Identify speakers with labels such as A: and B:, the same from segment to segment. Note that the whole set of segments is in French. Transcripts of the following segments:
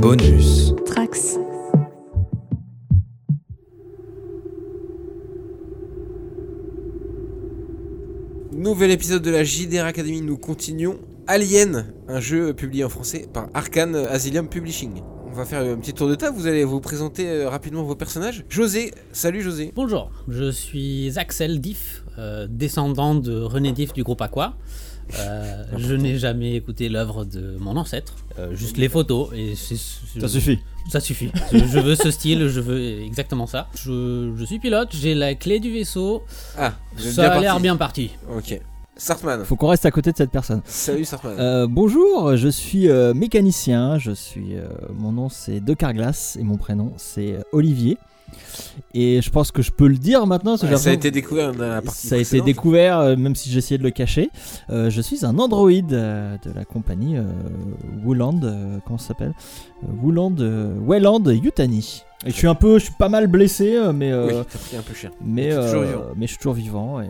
A: Bonus.
B: Trax.
A: Nouvel épisode de la JDR Academy, nous continuons Alien, un jeu publié en français par Arkane Asylum Publishing. On va faire un petit tour de table, vous allez vous présenter euh, rapidement vos personnages. José, salut José.
C: Bonjour, je suis Axel Diff, euh, descendant de René Diff du groupe Aqua. Euh, je n'ai jamais écouté l'œuvre de mon ancêtre, euh, juste les photos et c'est- c'est-
D: Ça suffit.
C: Ça suffit. Je je veux ce style, je veux exactement ça. Je, je suis pilote, j'ai la clé du vaisseau.
A: Ah, vous êtes
C: Ça a l'air
A: parti.
C: bien parti.
A: Ok. Sartman,
D: Faut qu'on reste à côté de cette personne.
A: salut Sartman.
D: Euh, bonjour, je suis euh, mécanicien. Je suis. euh, mon nom c'est De Carglass et mon prénom c'est euh, Olivier. Et je pense que je peux le dire maintenant. parce que
A: Ouais,
D: j'ai
A: ça a
D: l'impression-
A: été découvert dans la partie
D: Ça a été
A: précédente.
D: découvert, euh, même si j'essayais de le cacher. Euh, je suis un androïde euh, de la compagnie euh, Wooland, euh, comment ça s'appelle Euh, Wooland, euh, Wayland Yutani. Et je suis un peu, je suis pas mal blessé, euh, mais euh,
A: Oui, t'as pris un peu cher.
D: mais
A: t'es toujours
D: euh,
A: vivant.
D: mais je suis toujours vivant et,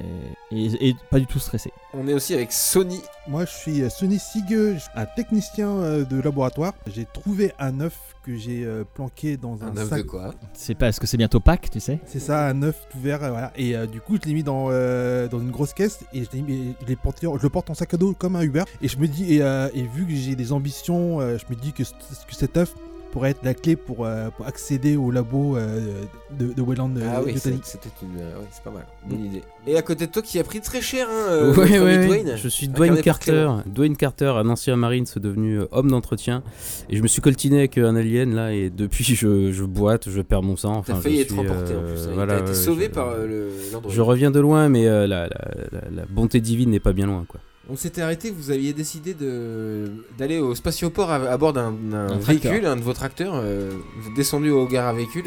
D: et- et pas du tout stressé.
A: On est aussi avec Sony.
E: Moi, je suis euh, Sonny Sigue, un technicien euh, de laboratoire. J'ai trouvé un œuf que j'ai euh, planqué dans un, sac.
A: quoi
D: C'est pas, est-ce que c'est bientôt Pâques, tu sais
E: C'est ça, un œuf tout vert. euh, voilà. Et euh, du coup, je l'ai mis dans, euh, dans une grosse caisse et je, l'ai mis- je l'ai porté en- je le porte en sac à dos comme un Uber. Et je me dis, et, euh, et vu que j'ai des ambitions, euh, je me dis que, c- que cet œuf pourrait être la clé pour, euh, pour accéder au labo euh, de, de Wayland. euh,
A: Ah oui,
E: Yutani.
A: c'est- c'était une. euh, ouais, c'est pas mal. Bonne idée. Et à côté de toi qui a pris très cher, hein,
F: Oui,
A: euh, notre ami Dwayne.
F: Je suis
A: Incarné
F: Dwayne
A: par
F: Carter. Dwayne Carter, un ancien marine, se devenu euh, homme d'entretien. Et je me suis coltiné avec euh, un alien là, et depuis je, je boite, je perds mon sang.
A: T'as
F: Enfin, je
A: failli être
F: suis,
A: emporté en
F: euh,
A: plus. hein.
F: voilà,
A: T'as été
F: ouais,
A: sauvé
F: je-
A: par euh, le- l'android.
F: Je reviens de loin, mais euh, la, la- la- la bonté divine n'est pas bien loin. Quoi.
A: On s'était arrêté, vous aviez décidé de d'aller au spatioport à, à bord d'un d'un
C: Un tracteur.
A: véhicule, un de vos tracteurs. euh, vous êtes descendu au hangar à véhicule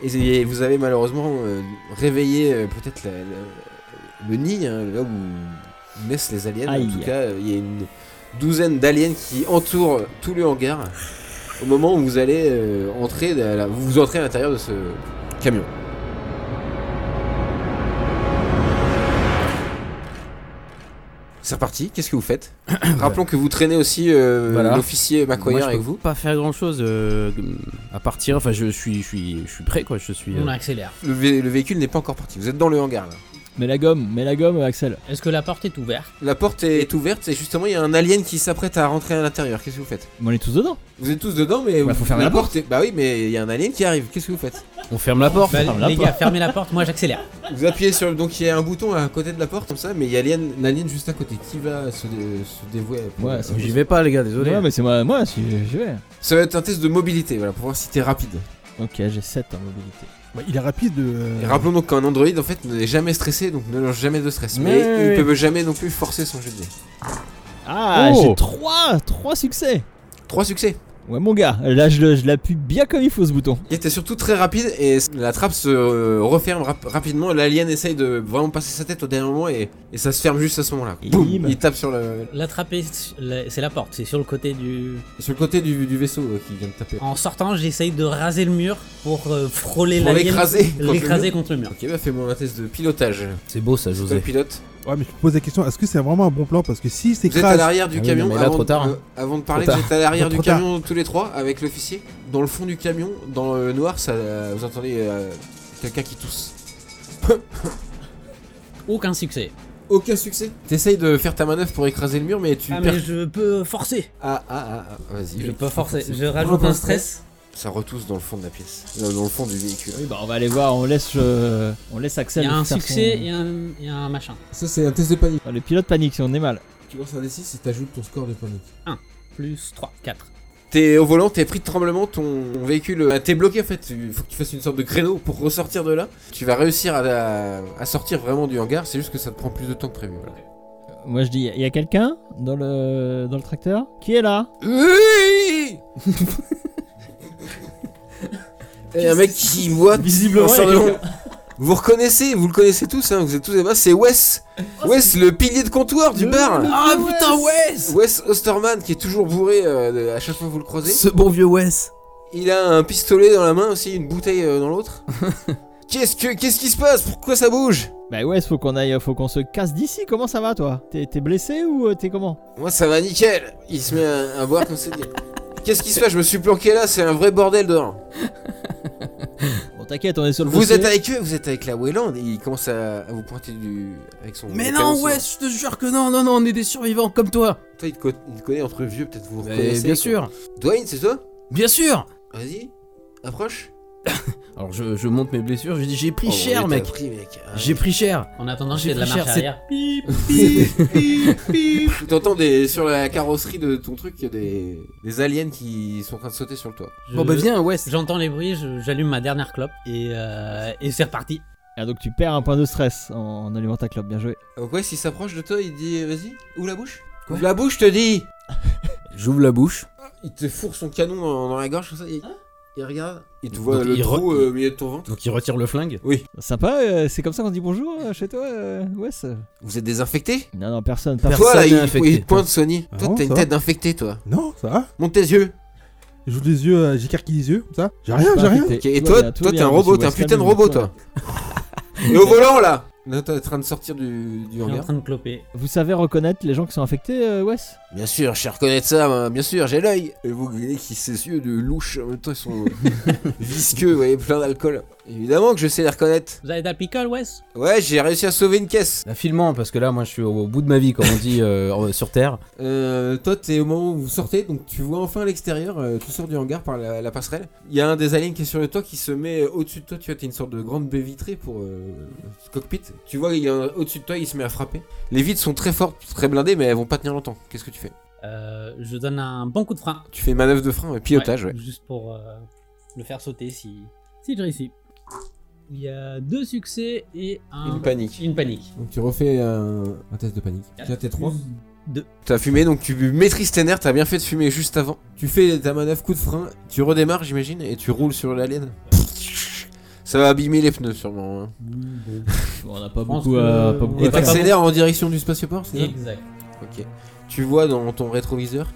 A: et vous avez- vous avez malheureusement euh, réveillé euh, peut-être la- la- le nid, hein, là où naissent les aliens.
D: Aïe.
A: En tout cas, euh, il y a une douzaine d'aliens qui entourent tout le hangar au moment où vous allez euh, entrer, à la- vous entrez à l'intérieur de ce camion. C'est reparti, qu'est-ce que vous faites Rappelons que vous traînez aussi euh,
F: Voilà.
A: l'officier
F: Moi,
A: McQuire
F: je
A: avec
F: peux
A: vous.
F: pas faire grand chose à partir. Enfin, je suis, je suis, je suis prêt quoi. Je suis.
C: On
F: euh,
C: accélère.
A: Le, vé- le véhicule n'est pas encore parti, vous êtes dans le hangar là.
D: Mets la gomme, mets la gomme, Axel.
C: Est-ce que la porte est ouverte
A: La porte est, est ouverte et justement il y a un alien qui s'apprête à rentrer à l'intérieur, qu'est-ce que vous faites
D: Mais On est tous dedans.
A: Vous êtes tous dedans mais
D: Bah,
A: vous-
D: faut fermer la
A: porte. est- Bah oui mais il y a un alien qui arrive, qu'est-ce que vous faites
F: on ferme la porte.
C: Bah,
D: ferme la
C: Les
D: porte.
C: gars, fermez la porte, moi j'accélère.
A: Vous appuyez sur le... Donc il y a un bouton à côté de la porte comme ça mais il y a alien- l'alien juste à côté qui va se, dé- se dévouer. pour-
D: Ouais, c'est-
F: J'y vais pas, les gars. Désolé.
D: Ouais, mais c'est moi, moi, je, je vais.
A: Ça va être un test de mobilité voilà pour voir si t'es rapide.
D: Ok, j'ai 7 en mobilité.
E: Bah, il est rapide. euh,
A: Et rappelons donc qu'un android en fait n'est jamais stressé donc ne lance jamais de stress mais,
D: Mais
A: il ne
D: oui.
A: peut jamais non plus forcer son jeu de dés.
D: Ah,
F: Oh
D: j'ai 3 3 succès.
A: Trois succès
D: Ouais, mon gars, là je, le- je l'appuie bien comme il faut ce bouton.
A: Il était surtout très rapide et la trappe se euh, referme rap- rapidement. L'alien essaye de vraiment passer sa tête au dernier moment et, et ça se ferme juste à ce moment-là.
D: Et
A: Boum
D: bim.
A: Il tape sur le,
C: L'attraper, c'est la- c'est la porte, c'est sur le côté du.
A: sur le côté du, du vaisseau euh, qui vient de taper.
C: En sortant, j'essaye de raser le mur pour euh, frôler
A: Pour
C: l'alien.
A: l'écraser contre le
C: L'écraser
A: mur.
C: contre le mur.
A: Ok, bah fais-moi un test de pilotage.
F: C'est beau
A: Toi,
F: ça,
A: le
F: José.
A: pilote.
E: Ouais, mais je me pose la question est-ce que c'est vraiment un bon plan Parce que si c'est
A: Vous êtes à
E: crasse.
A: l'arrière du
F: Ah oui,
A: camion.
F: non, mais là,
A: avant,
F: trop tard,
A: de-
F: hein.
A: euh, avant de parler,
E: Trop
A: vous êtes à l'arrière du
E: Trop tard.
A: camion tous les trois avec l'officier. Dans le fond du camion, dans le noir, ça, euh, vous entendez euh, quelqu'un qui tousse.
C: Aucun succès.
A: Aucun succès. T'essayes de faire ta manœuvre pour écraser le mur, mais tu
C: Ah,
A: perds.
C: mais je peux forcer.
A: Ah ah ah, ah, vas-y.
C: Je peux forcer. Je
A: Rajoute
C: rajoute
A: un
C: un stress.
A: Ça retousse dans le fond de la pièce, Euh, dans le fond du véhicule.
D: Oui, bah on va aller voir, on laisse, euh, on laisse
C: Il
D: Axel.
C: y a un
D: faire
C: succès,
D: son-
C: il y a un- il y a un machin.
A: Ça, c'est un test de panique.
D: Ah, Le pilote panique si on est mal.
A: Tu lances un D6 et t'ajoutes ton score de panique.
C: Plus 3, 4.
A: T'es au volant, t'es pris de tremblement, ton ton véhicule. euh, T'es bloqué en fait, il faut que tu fasses une sorte de créneau pour ressortir de là. Tu vas réussir à, la- à sortir vraiment du hangar, c'est juste que ça te prend plus de temps que prévu. voilà.
D: Moi je dis, il y a quelqu'un dans le, dans le tracteur Qui est là
A: Oui Et un mec qui boit
D: Visiblement,
A: en sort de
D: il y a
A: l'ombre.
D: quelqu'un.
A: Vous reconnaissez, vous le connaissez tous, hein, vous êtes tous là-bas, c'est Wes Wes, le pilier de comptoir du bar
F: Ah putain, Wes
A: Wes Osterman qui est toujours bourré euh, à chaque fois que vous le croisez.
F: Ce bon vieux Wes.
A: Il a un pistolet dans la main aussi, une bouteille euh, dans l'autre. qu'est-ce que qu'est-ce qui se passe Pourquoi ça bouge
D: Bah ouais, faut qu'on aille, faut qu'on se casse d'ici. Comment ça va toi T'es t'es blessé ou euh, t'es comment
A: Moi ça va nickel. Il se met à, à boire comme c'est. Qu'est-ce qui se passe Je me suis planqué là, c'est un vrai bordel dehors.
D: Bon, t'inquiète, on est sur le
A: Vous
D: dossier.
A: êtes avec eux, vous êtes avec la Wayland, et il commence à, à vous pointer du. avec son.
F: Mais
A: canon
F: non,
A: sur-
F: ouais, je te jure que non, non, non, on est des survivants comme toi.
A: Toi, il te, co- il te connaît entre vieux, peut-être vous vous
F: Mais
A: reconnaissez.
F: Bah, Eh, bien
A: quoi.
F: sûr,
A: Dwayne, c'est toi
F: bien sûr.
A: Vas-y, approche.
F: Alors je, je monte mes blessures, je dis j'ai pris
A: Oh,
F: cher,
A: t'as
F: mec.
A: Pris, mec. Ah,
F: J'ai pris cher.
C: En attendant,
F: J'ai
C: j'ai de la
F: pris
C: marche
F: cher,
C: arrière.
A: T'entends des, sur la carrosserie de ton truc, il y a des, des aliens qui sont en train de sauter sur le toit.
C: Je-
F: Bon bah viens, ouais. c'est-
C: J'entends les bruits, je- j'allume ma dernière clope et, euh, et c'est reparti.
D: Ah, donc tu perds un point de stress en, en allumant ta clope, bien joué.
A: Donc ouais, s'il s'approche de toi, il dit vas-y, ouvre la bouche.
F: Quoi
A: ouvre la bouche, je te dis. Ah,
F: J'ouvre la bouche.
A: Il te fourre son canon dans, dans la gorge comme ça. Il,
F: Hein
A: il regarde. Il te voit
F: Donc,
A: le
F: il re-
A: trou euh, au milieu de ton ventre.
F: Donc il retire le flingue.
D: Sympa, euh, c'est comme ça qu'on dit bonjour euh, chez toi, euh, Wes
A: Vous êtes désinfecté
D: Non, non, personne.
F: Personne.
A: Toi là,
F: n'est
A: il,
F: infecté.
A: il te pointe Sony.
E: Ah
A: toi,
E: bon,
A: t'as une
E: ça
A: tête d'infecté, toi.
E: Non, ça va
A: Monte tes yeux.
E: J'ouvre les yeux, euh, j'écarquille les yeux, comme ça. J'ai rien,
A: Bah,
D: Pas
E: j'ai rien.
D: infecté.
A: Ok, Et
D: Tout
A: toi,
D: va bien, tout
A: toi,
D: va
A: t'es
D: bien,
A: un robot,
D: monsieur
A: t'es un
D: Wes,
A: putain de
D: calme-toi,
A: robot,
D: là.
A: toi. Et au volant là. Là, t'es en train de sortir du, du
C: Je suis en
A: hangar.
C: train de cloper.
D: Vous savez reconnaître les gens qui sont infectés, euh, Wes
A: Bien sûr, je sais reconnaître ça, moi, bien sûr, j'ai l'œil. Et vous voyez qui ses yeux de louche, en même temps ils sont visqueux, vous voyez, plein d'alcool. Évidemment que je sais les reconnaître.
C: Vous avez de la picole, Wes
A: Ouais, j'ai réussi à sauver une caisse.
F: La filmant parce que là, moi, je suis au, au bout de ma vie, comme on dit euh, en- sur Terre.
A: Euh, toi, t'es au moment où vous sortez, donc tu vois enfin à l'extérieur, euh, tu sors du hangar par la, la passerelle. Il y a un des aliens qui est sur le toit qui se met au-dessus de toi, tu vois, t'as une sorte de grande baie vitrée pour euh, le cockpit. Tu vois, il y en a au-dessus de toi, il se met à frapper. Les vitres sont très fortes, très blindées, mais elles vont pas tenir longtemps. Qu'est-ce que tu fais
C: Euh, Je donne un bon coup de frein.
A: Tu fais une manœuvre de frein, et pilotage, ouais.
C: Ouais, Juste pour euh, le faire sauter si, si je réussis. Il y a deux succès et un...
A: Une panique.
C: Une panique.
A: Donc tu refais un, un test de panique.
C: Quatre
A: Là t'es 3.
C: Plus Deux.
A: T'as fumé donc tu maîtrises tes nerfs, t'as bien fait de fumer juste avant. Tu fais ta manœuvre coup de frein, tu redémarres j'imagine et tu roules sur l'alien. Ça va abîmer les pneus sûrement. hein.
C: Bon.
D: On n'a pas
C: Je pense
D: beaucoup,
C: que-
D: à- pas beaucoup
A: Et
D: à
C: Ouais,
D: faire.
C: t'as-
A: t'accélères en direction du spatioport, c'est ça
C: exact.
A: Ok. Tu vois dans ton rétroviseur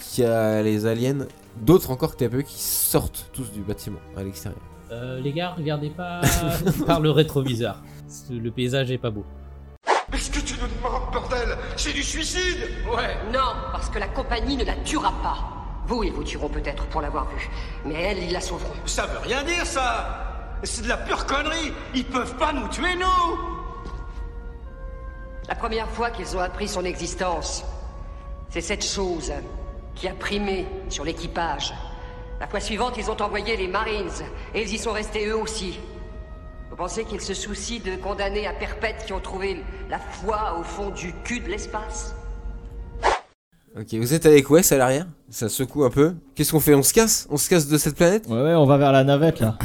A: qu'il y a les aliens, d'autres encore que t'as pas vu, qui sortent tous du bâtiment à l'extérieur.
C: Euh, les gars, regardez pas par le rétroviseur. C'est- Le paysage est pas beau.
B: Est-ce que tu nous demandes, bordel C'est du suicide
G: Ouais. Non, parce que la compagnie ne la tuera pas. Vous, ils vous tueront peut-être pour l'avoir vue, mais elle, ils la sauveront.
B: Ça veut rien dire, ça C'est de la pure connerie Ils peuvent pas nous tuer, nous
G: La première fois qu'ils ont appris son existence, c'est cette chose qui a primé sur l'équipage. La fois suivante, ils ont envoyé les Marines, et ils y sont restés eux aussi. Vous pensez qu'ils se soucient de condamnés à perpète qui ont trouvé la foi au fond du cul de l'espace
A: Ok, vous êtes avec Wes à l'arrière, ça secoue un peu. Qu'est-ce qu'on fait On se casse On se casse de cette planète
D: Ouais, ouais, on va vers la navette là.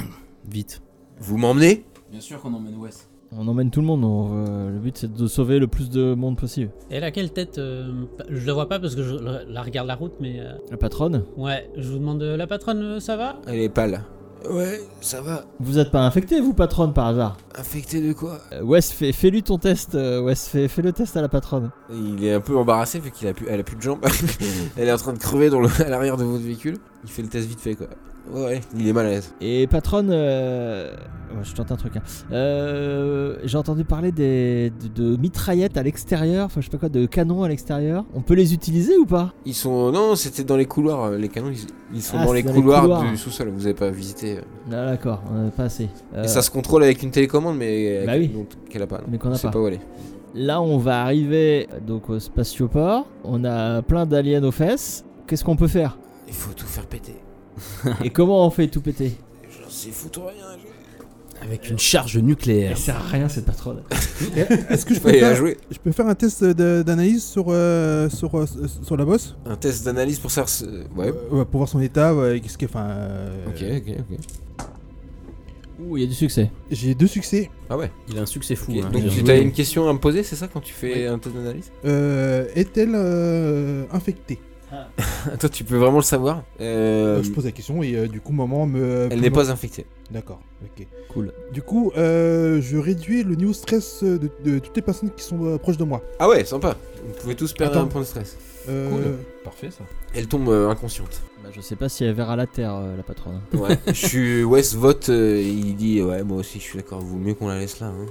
F: Vite.
A: Vous m'emmenez
F: Bien sûr qu'on emmène Wes.
D: On emmène tout le monde. on, euh, le but c'est de sauver le plus de monde possible.
C: Elle a quelle tête euh, Je la vois pas parce que je la regarde la route, mais... euh,
D: La patronne
C: ouais, je vous demande, euh, la patronne, euh, ça va
A: Elle est pâle. Ouais, ça va.
D: Vous êtes pas infecté, vous patronne, par hasard
A: Infecté de quoi
D: Euh, Wes, fais- fais-lui ton test. euh, Wes, fais, fais le test à la patronne.
A: Il est un peu embarrassé vu qu'il a plus, elle a plus de jambes. elle est en train de crever dans le- à l'arrière de votre véhicule. Il fait le test vite fait quoi. Ouais, il est mal à l'aise.
D: Et patronne, euh, ouais, je tente un truc. hein. Euh, J'ai entendu parler des, de, de mitraillettes à l'extérieur, enfin je sais pas quoi, de canons à l'extérieur. On peut les utiliser ou pas
A: Ils sont non, c'était dans les couloirs. euh, Les canons, ils, ils sont
D: Ah,
A: dans,
D: c'est
A: les,
D: dans les
A: couloirs
D: couloirs.
A: du sous-sol. Vous avez pas visité. euh.
D: Ah, D'accord, on en a pas assez. Euh,
A: Et ça se contrôle avec une télécommande, mais euh,
D: Bah oui.
A: dont- qu'elle a pas. non.
D: Mais qu'on a
A: Je sais
D: pas.
A: pas où elle est.
D: Euh, Là, on va arriver euh, donc au spatioport. On a plein d'aliens aux fesses. Qu'est-ce qu'on peut faire
A: Il faut tout faire péter.
D: Et comment on fait tout péter
A: J'en sais foutre rien.
F: Avec une charge nucléaire.
D: Elle sert à rien cette patronne.
E: Est-ce que je
A: Je
E: peux,
A: vais la
E: faire,
A: jouer.
E: je peux faire un test de- d'analyse sur, euh, sur, euh, sur la bosse
A: Un test d'analyse pour savoir. ce- Ouais.
E: Euh, Pour voir son état, ouais, qu'est-ce que. Enfin. euh,
A: Ok, ok, ok.
D: Ouh, il y a du succès.
E: J'ai deux succès.
A: Ah ouais.
F: Il a un succès fou.
A: ok.
F: hein.
A: Donc
D: bien
A: tu
D: joué.
A: as une question à me poser, c'est ça quand tu fais un test d'analyse
E: Euh, Est-elle euh, infectée
A: Toi, tu peux vraiment le savoir. Euh,
E: Euh, Je pose la question et euh, du coup, maman me.
A: elle n'est pas infectée.
E: D'accord, ok.
D: Cool.
E: Du coup, euh, je réduis le niveau stress de, de toutes les personnes qui sont euh, proches de moi.
A: Ah ouais, sympa. Vous pouvez tous perdre
E: Attends.
A: un point de stress.
E: Euh,
F: Parfait ça.
A: Elle tombe euh, inconsciente.
D: Bah, je sais pas si elle verra la terre, euh, la patronne.
A: Ouais. je suis Wes vote. euh, il dit ouais, moi aussi, je suis d'accord. Vaut mieux qu'on la laisse là. hein.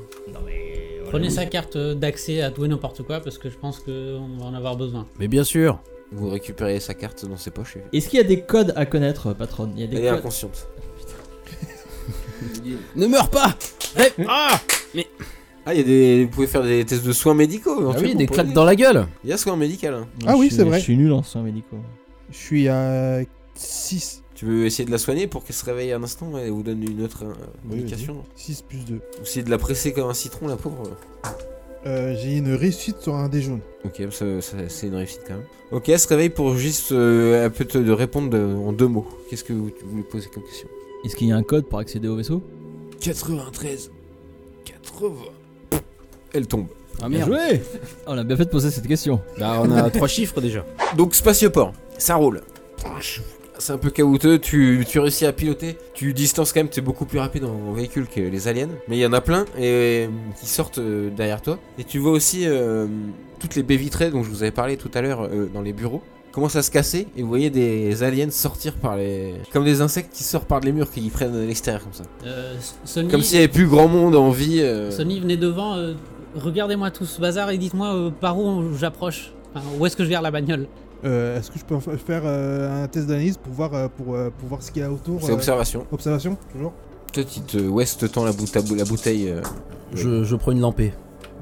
C: Prenez sa carte euh, d'accès à tout et n'importe quoi parce que je pense qu'on va en avoir besoin.
F: Mais bien sûr.
A: Vous récupérez sa carte dans ses poches. et-
D: Est-ce qu'il y a des codes à connaître, patron Il y a des
A: Elle est
D: codes.
A: inconsciente.
F: Ne meurs pas Ah
A: Ah, il y a des. Vous pouvez faire des tests de soins médicaux.
F: Ah oui,
A: éventuellement,
F: des
A: pour
F: claques
A: aider.
F: dans la gueule
A: Il y a soins médical. hein.
D: Non,
E: Ah
D: je
E: oui,
D: suis-
E: c'est vrai.
D: Je suis nul en soins médicaux.
E: Je suis à 6.
A: Tu veux essayer de la soigner pour qu'elle se réveille un instant et vous donne une autre euh,
E: Oui,
A: indication.
E: 6 plus 2.
A: Ou essayer de la presser comme un citron, la pauvre.
E: Euh, J'ai une réussite sur un des jaunes.
A: Ok, ça- ça- c'est une réussite quand même. Ok, elle se réveille pour juste. euh, elle peut te de répondre de- en deux mots. Qu'est-ce que vous, vous lui posez comme question
D: Est-ce qu'il y a un code pour accéder au vaisseau
A: 93. 80. Elle tombe.
F: Ah
D: Bien joué On a bien fait de poser cette question.
F: Bah on a trois chiffres déjà.
A: Donc spatioport, ça roule. C'est un peu caouteux, tu, tu réussis à piloter, tu distances quand même, t'es beaucoup plus rapide en véhicule que les aliens, mais il y en a plein et, qui sortent euh, derrière toi. Et tu vois aussi euh, toutes les baies vitrées dont je vous avais parlé tout à l'heure euh, dans les bureaux commencent à se casser et vous voyez des aliens sortir par les... comme des insectes qui sortent par les murs qui prennent de l'extérieur comme ça.
C: Euh, Sony,
A: Comme s'il n'y avait plus grand monde en vie. euh.
C: Sony, venez devant. euh, Regardez-moi tout ce bazar et dites-moi euh, par où j'approche. Enfin, où est-ce que je gère la bagnole
E: Euh, Est-ce que je peux fa- faire euh, un test d'analyse pour voir, euh, pour, euh, pour voir ce qu'il y a autour
A: C'est
E: euh,
A: observation.
E: Observation, toujours
A: Toi, tu te- ouais, je te tend la, boute- la bouteille. euh.
F: Je, je prends une lampée.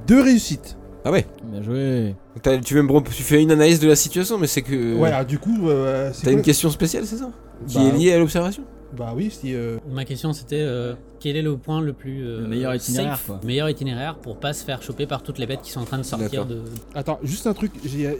E: Deux réussites.
A: Ah ouais
D: Bien joué.
A: T'as- tu veux me pro- tu fais une analyse de la situation, mais c'est que
E: Ouais, alors du coup, euh, c'est
A: t'as
E: quoi
A: une question spéciale, c'est ça Qui
E: Bah,
A: est liée à l'observation.
E: Bah oui, si. euh,
C: Ma question c'était euh, quel est le point le plus euh,
D: Le meilleur itinéraire,
C: safe,
D: quoi.
C: meilleur itinéraire pour pas se faire choper par toutes les bêtes qui sont en train de sortir
A: D'accord.
C: de.
E: Attends, juste un truc. J'ai euh,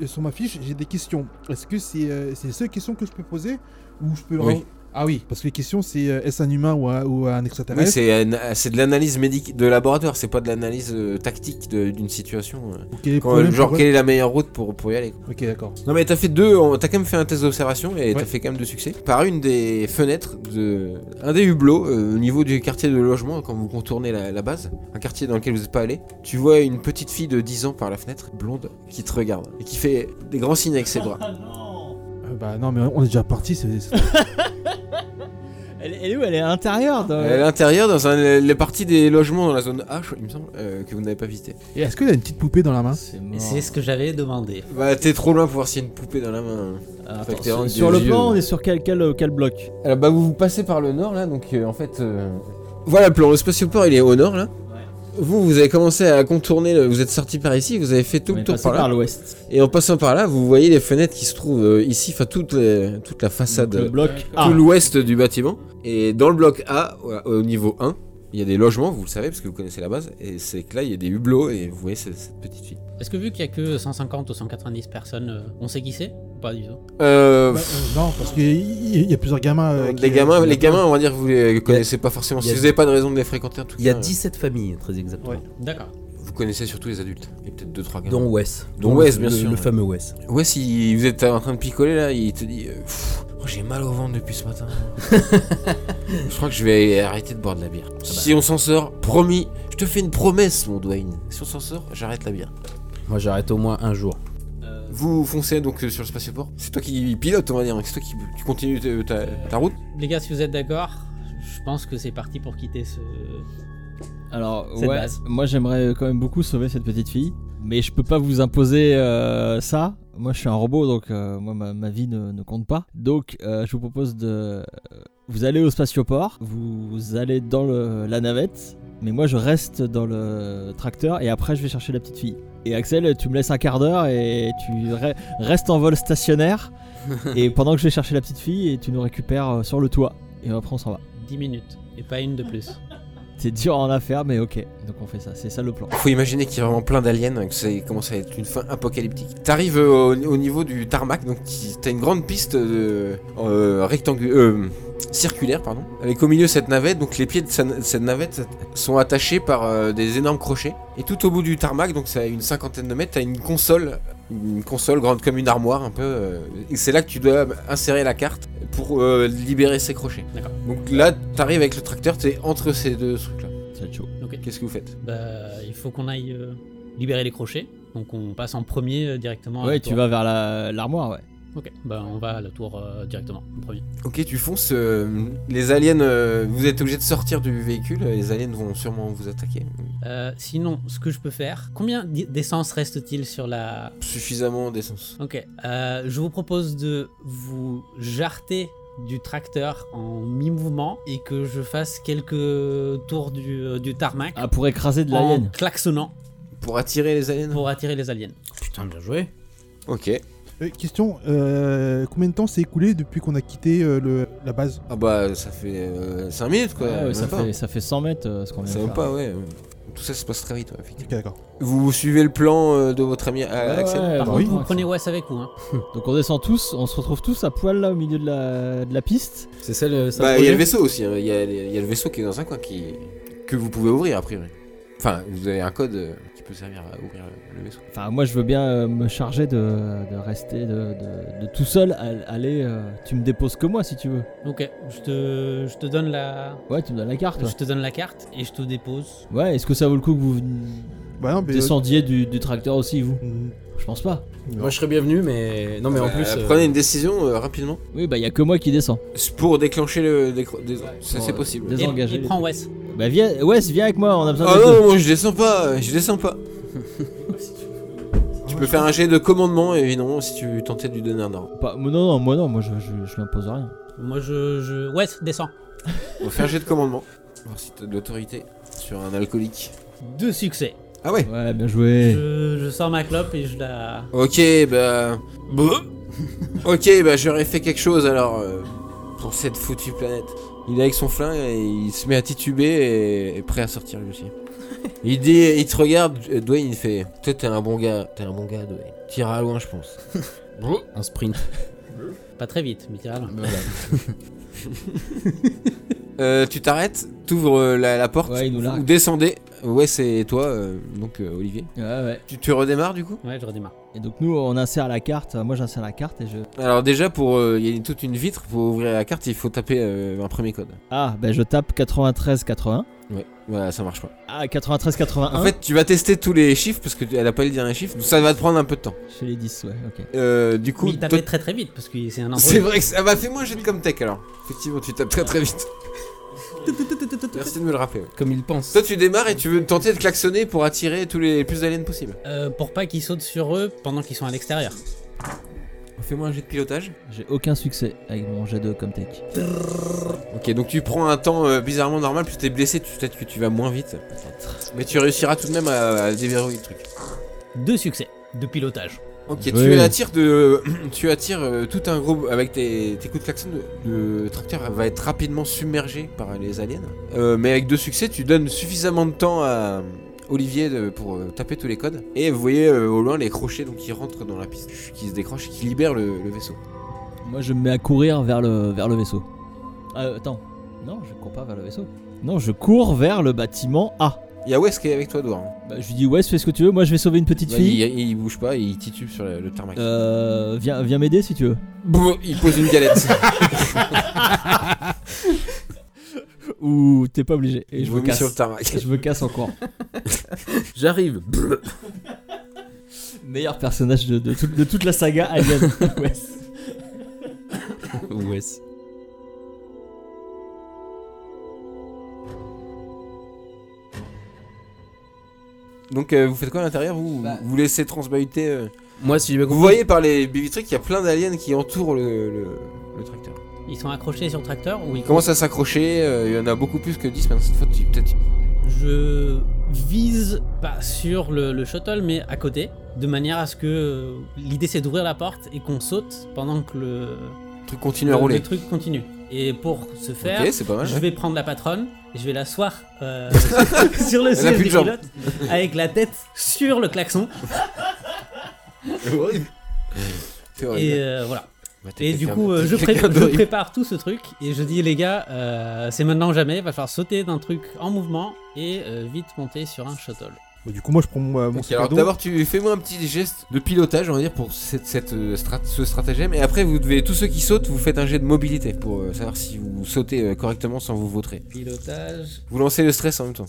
E: j'ai- sur ma fiche, j'ai des questions. Est-ce que c'est euh, c'est les seules questions que je peux poser ou je peux
A: Oui.
E: Ah oui, parce que les questions c'est euh, est-ce un humain ou un, ou un
A: Oui,
E: extraterrestre
A: c'est un- c'est de l'analyse médicale de laboratoire, c'est pas de l'analyse euh, tactique de- d'une situation. euh.
E: Ou quel est le
A: Quand-
E: problème
A: genre,
E: pour-
A: quelle est la meilleure route pour, pour y aller quoi.
E: Ok, d'accord.
A: Non, mais t'as fait deux, en- t'as quand même fait un test d'observation et t'as
E: Ouais.
A: fait quand même deux succès. Par une des fenêtres, de, un des hublots, euh, au niveau du quartier de logement, quand vous contournez la, la base, un quartier dans lequel vous n'êtes pas allé, tu vois une petite fille de 10 ans par la fenêtre, blonde, qui te regarde et qui fait des grands signes avec ses bras.
E: Euh, bah non, mais on est déjà parti. c'est- c'est-
D: Elle, elle est où Elle est à l'intérieur dans-
A: Euh, À l'intérieur, dans un, les parties des logements dans la zone H, il me semble, euh, que vous n'avez pas visité.
E: Et Est-ce que t'as une petite poupée dans la main
D: Ah, C'est
C: Et
D: mort.
C: c'est ce que j'avais demandé.
A: Bah, t'es trop loin pour voir s'il y a une poupée dans la main. hein.
D: Ah,
A: Fait que
D: attends,
A: t'es rendu
D: sur, sur le
A: vieux.
D: plan, on est sur quel, quel, quel bloc
A: Alors, bah, vous vous passez par le nord, là, donc euh, en fait. euh, Voilà le plan. Le spatioport, il est au nord, là. Vous, vous avez commencé à contourner, le- vous êtes sorti par ici, vous avez fait tout
D: On
A: le
D: est
A: tour
D: passé
A: par là.
D: par l'ouest.
A: Et en passant par là, vous voyez les fenêtres qui se trouvent euh, ici, enfin toute, la- toute la façade,
D: Donc, Le
A: euh,
D: bloc
A: tout
D: A.
A: l'ouest du bâtiment. Et dans le bloc A, voilà, au niveau 1, il y a des logements, vous le savez, parce que vous connaissez la base. Et c'est que là, il y a des hublots, et vous voyez cette- cette petite fille.
C: Est-ce que vu qu'il y a que 150 ou 190 personnes, euh, on sait qui c'est Ou Pas du tout.
A: Euh,
E: Bah, euh, Non, parce qu'il y, y- y a plusieurs gamins. euh, qui-
A: les gamins,
E: qui-
A: les gamins, on va dire que vous les connaissez pas forcément.
F: il y
A: Si
F: a-
A: vous n'avez pas de raison de les fréquenter, en tout
F: Il y a
A: cas, euh,
F: 17 familles très exactement.
E: Ouais.
C: D'accord.
A: Vous connaissez surtout les adultes. Et peut-être 2-3 gamins.
F: Dont Wes.
A: Dont
F: le-
A: Wes, bien
F: le-
A: sûr,
F: Le
A: ouais.
F: fameux Wes.
A: Ouais, si vous êtes en train de picoler là, il te dit euh, Pff, oh, J'ai mal au ventre depuis ce matin. je crois que je vais arrêter de boire de la bière.
F: Ah bah.
A: Si on s'en sort, promis, je te fais une promesse, mon Dwayne. Si on s'en sort, j'arrête la bière.
F: Moi j'arrête au moins un jour.
A: Vous foncez donc euh, sur le spatioport. C'est toi qui pilote, on va dire. C'est toi qui tu continues euh, ta, ta route.
C: Les gars, si vous êtes d'accord, je pense que c'est parti pour quitter ce.
D: Alors,
C: Cette
D: ouais,
C: base.
D: moi j'aimerais quand même beaucoup sauver cette petite fille, mais je peux pas vous imposer euh, ça. Moi je suis un robot, donc euh, moi ma, ma vie ne, ne compte pas. Donc euh, je vous propose de. euh, Vous allez au spatioport, vous allez dans le- la navette, mais moi je reste dans le tracteur et après je vais chercher la petite fille. Et Axel, tu me laisses un quart d'heure et tu re- restes en vol stationnaire. et pendant que je vais chercher la petite fille, et tu nous récupères euh, sur le toit. Et après on s'en va.
C: 10 minutes et pas une de plus.
D: C'est dur en affaire, mais ok. Donc on fait ça, c'est ça le plan.
A: Faut imaginer qu'il y a vraiment plein d'aliens, que ça commence à être une fin apocalyptique. T'arrives euh, au, au niveau du tarmac, donc qui- t'as une grande piste euh, euh, rectangu- euh, circulaire, pardon, avec au milieu cette navette, donc les pieds de sa- de cette navette sont attachés par euh, des énormes crochets. Et tout au bout du tarmac, donc ça a une cinquantaine de mètres, t'as une console, une console grande comme une armoire un peu, euh, et c'est là que tu dois insérer la carte pour euh, libérer ces crochets.
C: D'accord.
A: Donc là, t'arrives avec le tracteur, t'es entre ces deux trucs-là.
D: Ça va être chaud.
C: Ok.
A: Qu'est-ce que vous faites
C: Bah, il faut qu'on aille euh, libérer les crochets. Donc on passe en premier euh, directement. à la
D: Ouais, tu
C: tour.
D: vas vers la- l'armoire, ouais.
C: Ok, bah on va à la tour euh, directement, en premier.
A: Ok, tu fonces. euh, les aliens, euh, vous êtes obligé de sortir du véhicule. Les aliens vont sûrement vous attaquer.
C: Euh, sinon, ce que je peux faire, combien d'e- d'essence reste-t-il sur la...
A: Suffisamment d'essence.
C: Ok, euh, je vous propose de vous jarter du tracteur en mi-mouvement et que je fasse quelques tours du, euh, du tarmac
D: Ah, pour écraser de
C: en
D: l'alien.
C: klaxonnant
A: Pour attirer les aliens.
C: pour attirer les aliens.
F: Putain, bien joué.
A: Ok.
E: Euh, question, euh, combien de temps s'est écoulé depuis qu'on a quitté euh, le, la base
A: Ah bah ça fait 5 minutes quoi.
D: Ah Ouais, ouais,
A: même
D: ça,
A: pas.
D: fait, ça fait 100 mètres euh, ce qu'on vient
A: Ça
D: de
A: même
D: faire.
A: pas, ouais. Tout ça se passe très vite, ouais, effectivement.
E: Ok, d'accord.
A: Vous suivez le plan euh, de votre ami euh,
D: Ouais,
A: Axel
D: ouais,
C: Par
D: bah
C: contre,
D: oui.
C: vous prenez Wes avec vous. Hein.
D: Donc on descend tous, on se retrouve tous à poil là au milieu de la, de la piste.
F: C'est ça
C: Euh,
F: le. ça
A: Bah,
F: le
A: il y a le
F: projet
A: vaisseau aussi. hein. Il y, a- il y a le vaisseau qui est dans un coin qui... que vous pouvez ouvrir, a priori. Enfin, vous avez un code euh, qui peut servir à ouvrir le- le vaisseau.
D: Enfin moi je veux bien euh, me charger de, de rester de, de- de tout seul. à- Aller, euh, tu me déposes que moi si tu veux.
C: Ok, je te, je te donne la...
D: Ouais, tu me donnes la carte. ouais.
C: Je te donne la carte et je te dépose.
D: Ouais, est-ce que ça vaut le coup que vous ven-
E: Bah
A: euh,
E: non, mais.
D: descendiez du, du tracteur aussi vous
E: Mm,
D: Je pense pas.
F: Moi, je serais bienvenu, mais. Non, mais en
A: Bah,
F: plus. euh,
A: Prenez une décision euh, rapidement.
D: Oui, bah y a que moi qui descends.
A: C'est Pour déclencher le. décro- dés- Ça, c'est
D: euh,
A: possible.
D: dés-
C: Et,
D: Désengager
C: et
D: les
C: prends Wes.
D: Bah viens, Wes, viens avec moi, on a besoin
A: Ah
D: de.
A: non, moi je descends pas, je descends pas. tu peux faire un jet de commandement, évidemment, si tu tentais de lui donner un ordre.
D: Pas- non, non, moi non, moi je, je, je lui impose rien.
C: Moi je... je... Wes, descends.
A: On fait un jet de commandement. Voir si t'as de l'autorité sur un alcoolique.
C: Deux succès.
A: Ah ouais
D: Ouais, bien joué.
C: Je, je sors ma clope et je la...
A: Ok, bah. Bah. ok, bah j'aurais fait quelque chose alors. euh, pour cette foutue planète. Il est avec son flingue et il se met à tituber et est prêt à sortir lui aussi. Il dit, il te regarde, euh, Dwayne, il fait Toi t'es un bon gars, t'es un bon gars, Dwayne. T'iras loin, je pense.
F: Un sprint.
C: Pas très vite, mais tira loin.
A: Euh, tu t'arrêtes, t'ouvres euh, la, la porte,
D: Ouais, il nous
A: vous
D: largue.
A: descendez. Ouais, c'est toi, euh, donc euh, Olivier.
D: Ouais, ouais.
A: Tu, tu redémarres du coup
C: Ouais, je redémarre.
D: Et donc nous, on insère la carte. Moi, j'insère la carte et je.
A: Alors, déjà, pour. euh, Il y a toute une vitre, pour ouvrir la carte, il faut taper euh, un premier code.
D: Ah, bah je tape 93 80.
A: Ouais, voilà, ça marche pas.
D: Ah, 93 81.
A: En fait, tu vas tester tous les chiffres parce que tu- elle a pas le dernier chiffre. donc Ça va te prendre un peu de temps.
D: chez les 10, ouais, ok.
A: Euh, du coup,
C: il tapait
A: toi-
C: très très vite parce que c'est un
A: c'est
C: android.
A: vrai que ça va. Fais-moi un jet de Comtech alors. Effectivement, tu tapes très très vite. Merci de me le rappeler. ouais.
F: Comme il pense.
A: Toi, tu démarres et tu veux tenter de klaxonner pour attirer tous les plus d'aliens possible.
C: Euh, pour pas qu'ils sautent sur eux pendant qu'ils sont à l'extérieur.
A: Fais-moi un jet de pilotage.
D: J'ai aucun succès avec mon jet de Comtech.
A: Ok, donc tu prends un temps euh, bizarrement normal, puis t'es blessé, tu- peut-être que tu vas moins vite. Mais tu réussiras tout de même à, à déverrouiller le truc.
C: Deux succès de pilotage.
A: Ok,
D: Oui.
A: tu attires de, tu attires euh, tout un groupe avec tes, tes coups de klaxon. Le, le tracteur va être rapidement submergé par les aliens. Euh, mais avec deux succès, tu donnes suffisamment de temps à euh, Olivier de- pour euh, taper tous les codes. Et vous voyez euh, au loin les crochets donc qui rentrent dans la piste, qui se décrochent, et qui libèrent le, le vaisseau.
D: Moi, je me mets à courir vers le, vers le vaisseau. Ah, euh, attends. Non, je cours pas vers le vaisseau. Non, je cours vers le bâtiment A.
A: Il y a Wes qui est avec toi, Edouard.
D: Bah, je lui dis, ouais, fais ce que tu veux. Moi, je vais sauver une petite
A: Là,
D: fille.
A: il, il bouge pas, il titube sur le, le tarmac.
D: Euh, viens, viens m'aider si tu veux.
A: Boum, il pose une galette.
D: Ou t'es pas obligé. Et je me
A: vomis
D: casse.
A: sur le tarmac.
D: Je me casse encore.
F: J'arrive.
D: Meilleur personnage de, de, tout- de toute la saga Alien. Ouais.
F: ouais.
A: Donc euh, vous faites quoi à l'intérieur vous, vous laissez transbahuter euh,
F: Moi, si j'ai bien
A: Vous
F: compris.
A: voyez par les bivitriques qu'il y a plein d'aliens qui entourent le, le- le tracteur.
C: Ils sont accrochés sur le tracteur ou ils
A: Ils commencent à s'accrocher, euh, il y en a beaucoup plus que 10 maintenant cette fois, tu- peut-être.
C: Je vise pas sur le, le shuttle mais à côté, de manière à ce que euh, l'idée c'est d'ouvrir la porte et qu'on saute pendant que le,
A: Le truc continue
C: le,
A: à
C: le
A: rouler.
C: truc continue. Et pour ce faire,
A: Ok, c'est pas mal.
C: je
A: ouais.
C: vais prendre la patronne et je vais l'asseoir euh, sur le
A: a
C: siège
A: plus
C: du
A: de jambes.
C: pilote avec la tête sur le klaxon
A: C'est horrible.
C: et euh, voilà.
A: Bah, t'es
C: Et du
A: quelqu'un-
C: coup, euh,
A: t'es
C: je, pré-
A: quelqu'un
C: je
A: d'horrible.
C: prépare tout ce truc et je dis, les gars, euh, c'est maintenant ou jamais, va falloir sauter d'un truc en mouvement et euh, vite monter sur un shuttle.
E: Bah, Du coup, moi je prends mon, euh, mon
A: Ok,
E: sac à
A: alors
E: dos.
A: d'abord, tu fais-moi un petit geste de pilotage, on va dire, pour cette, cette, euh, strat- ce stratagème. Et après, vous devez, tous ceux qui sautent, vous faites un jet de mobilité pour euh, savoir si vous sautez euh, correctement sans vous vautrer.
C: Pilotage.
A: Vous lancez le stress en même temps.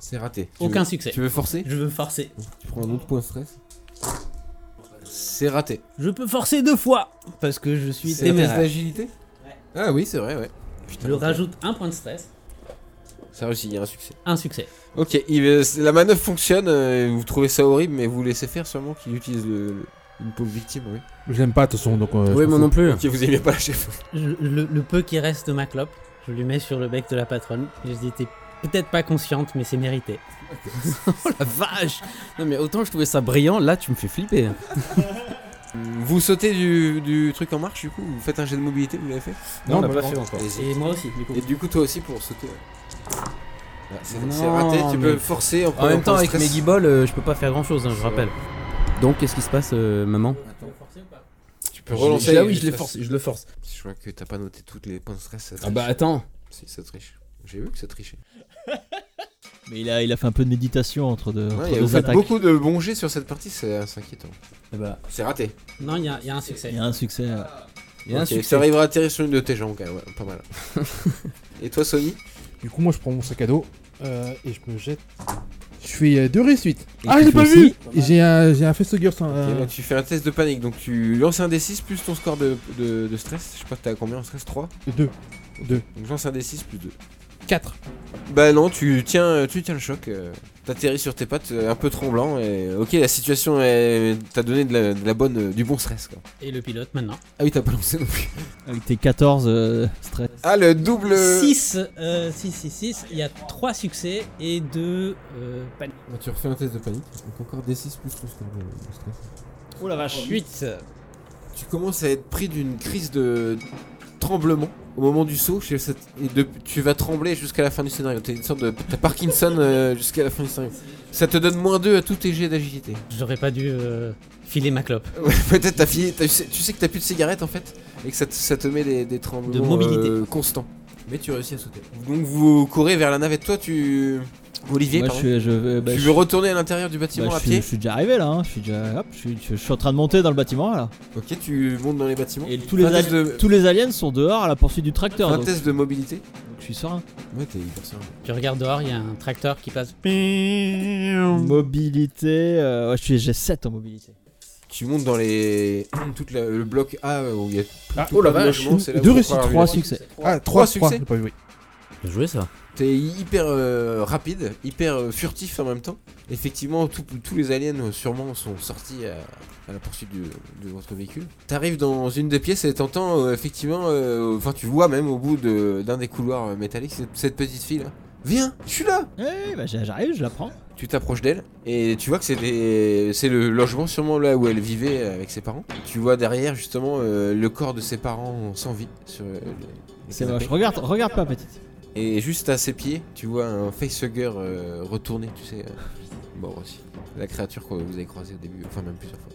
A: C'est raté. Tu
C: Aucun
A: veux-
C: succès.
A: Tu veux forcer
C: Je veux forcer.
A: Tu prends un autre point stress. C'est raté.
C: Je peux forcer deux fois parce que je suis
A: C'est la test
C: téméraire.
A: d'agilité Ah oui, c'est vrai, ouais. Putain,
C: Je rajoute un point de stress,
A: Ça réussit, il y a un succès.
C: un succès.
A: Ok, il, euh, c'est- la manœuvre fonctionne, euh, vous trouvez ça horrible, mais vous laissez faire sûrement qu'il utilise le, le- une pauvre victime, oui.
E: Je l'aime pas, de toute façon, donc. euh, je
F: Oui,
E: m'en
F: moi
E: fous.
F: non plus.
A: Ok, vous aimez pas la chef.
C: Je- le, le peu qui reste de ma clope, je lui mets sur le bec de la patronne. Je dis t'es peut-être pas consciente, mais c'est mérité.
F: Oh la vache Non, mais autant je trouvais ça brillant, là tu me fais flipper.
A: Vous sautez du, du truc en marche, du coup Vous faites un jet de mobilité, vous l'avez fait
E: Non,
F: on l'a
E: bah,
F: pas
E: non.
F: fait hein. encore.
A: Vas-y.
C: Et moi aussi, du coup.
A: Et du coup, toi aussi pour sauter. ouais. Ah, c'est
F: Non,
A: c'est raté, tu
F: mais-
A: peux forcer en
F: En même temps, avec
A: Ah, stress.
F: mes guibolles, euh, je peux pas faire grand chose, je
A: C'est
F: rappelle. Donc, qu'est-ce qui se passe, euh, maman
A: Tu peux relancer.
F: Ah oui, je
A: les
F: le force, je le force.
A: Je vois que t'as pas noté toutes les points de stress. Ça
F: Ah
A: triche.
F: bah attends.
A: Si, ça triche. J'ai vu que ça trichait.
D: Mais il a, il a fait un peu de méditation entre deux, entre
A: Ouais, et vous
D: deux
A: faites
D: attaques.
A: beaucoup de bons jets sur cette partie, c'est c'est inquiétant.
F: Eh bah,
A: C'est raté.
C: Non, il y, a- il y a un
D: Il
C: succès.
D: y a un succès. euh,
F: il y a un
A: Ok,
F: succès.
A: Ça arrivera à atterrir sur une de tes jambes, quand même, ouais, pas mal. et toi, Sony
E: Du coup, moi, je prends mon sac à dos euh, et je me jette. Je fais euh, deux réussites.
D: Et
E: ah,
D: tu
E: j'ai
D: fais
E: pas
D: aussi
E: vu J'ai un, j'ai un Festoger sans.
A: Ok,
E: euh,
A: donc eh ben, Tu fais un test de panique, donc tu lances un D6 plus ton score de, de- de stress. Je sais pas, t'as combien en stress 3
E: deux. Deux.
A: Donc lance un D6 plus 2.
E: Quatre.
A: Bah non, tu tiens, tu tiens le choc. euh, T'atterris sur tes pattes, euh, un peu tremblant. Et ok, la situation est- t'a donné de la, de la bonne, euh, du bon stress. Quoi.
C: Et le pilote maintenant.
A: Ah oui, t'as pas lancé non plus.
D: Avec tes 14 euh, stress.
A: Ah le double.
C: 6, 6, 6, 6. Il y a 3 succès et euh, 2 paniques.
A: tu refais un test de panique. Donc encore D6 plus ton score de stress.
C: Oh la vache. 8.
A: Tu commences à être pris d'une crise de tremblement au moment du saut. chez cette- et de- tu vas trembler jusqu'à la fin du scénario. T'es une sorte de t'as Parkinson euh, jusqu'à la fin du scénario. Ça te donne moins 2 à tous tes jets d'agilité.
C: J'aurais pas dû euh, filer ma clope.
A: Ouais, peut-être t'as fini. t'as- tu sais- tu sais que t'as plus de cigarette en fait, et que ça te, ça te met des, des tremblements
C: De mobilité.
A: euh, constants. Mais tu réussis à sauter. Donc vous courez vers la navette. Toi, tu Olivier,
D: Moi, je,
A: pardon.
D: suis- je veux- bah,
A: tu
D: je-
A: veux retourner à l'intérieur du
D: bah,
A: bâtiment
D: je
A: à
D: suis-
A: pied
D: je suis déjà arrivé là, hein. je, suis déjà, hop, je, suis, je suis en train de monter dans le bâtiment là.
A: Ok, tu montes dans les bâtiments.
D: Et tous les,
A: Fais un
D: ali-
A: test de,
D: tous les aliens sont dehors à la poursuite du
A: fais
D: tracteur,
A: un
D: donc,
A: test de mobilité.
D: donc je suis serein.
A: Ouais, t'es hyper serein.
C: Tu regardes dehors, il y a un tracteur qui passe.
D: Mobilité, euh, ouais, je suis j'ai 7 en mobilité.
A: Tu montes dans les tout le bloc A où il y a
E: Ah,
A: oh la
E: vache. Deux réussites,
D: Trois succès.
E: Ah,
A: Trois
E: trois,
A: succès.
E: trois, j'ai pas vu, oui.
F: Bien joué ça.
A: T'es hyper euh, rapide, hyper euh, furtif en même temps. Effectivement, tout- tous les aliens euh, sûrement sont sortis à, à la poursuite du- de votre véhicule. T'arrives dans une des pièces et t'entends euh, effectivement, euh, enfin tu vois même au bout de- d'un des couloirs euh, métalliques cette, cette petite fille là. Viens, je suis là.
D: Eh, bah, j'ai- j'arrive, je la prends.
A: Tu t'approches d'elle et tu vois que c'est des- c'est le logement sûrement là où elle vivait avec ses parents. Tu vois derrière justement euh, le corps de ses parents sans vie sur euh, le- le
D: C'est
A: canapé.
D: moche. Regarde, regarde pas, petite.
A: Et juste à ses pieds, tu vois un facehugger euh, retourné, tu sais, euh, mort aussi. La créature que vous avez croisée au début, enfin même plusieurs fois.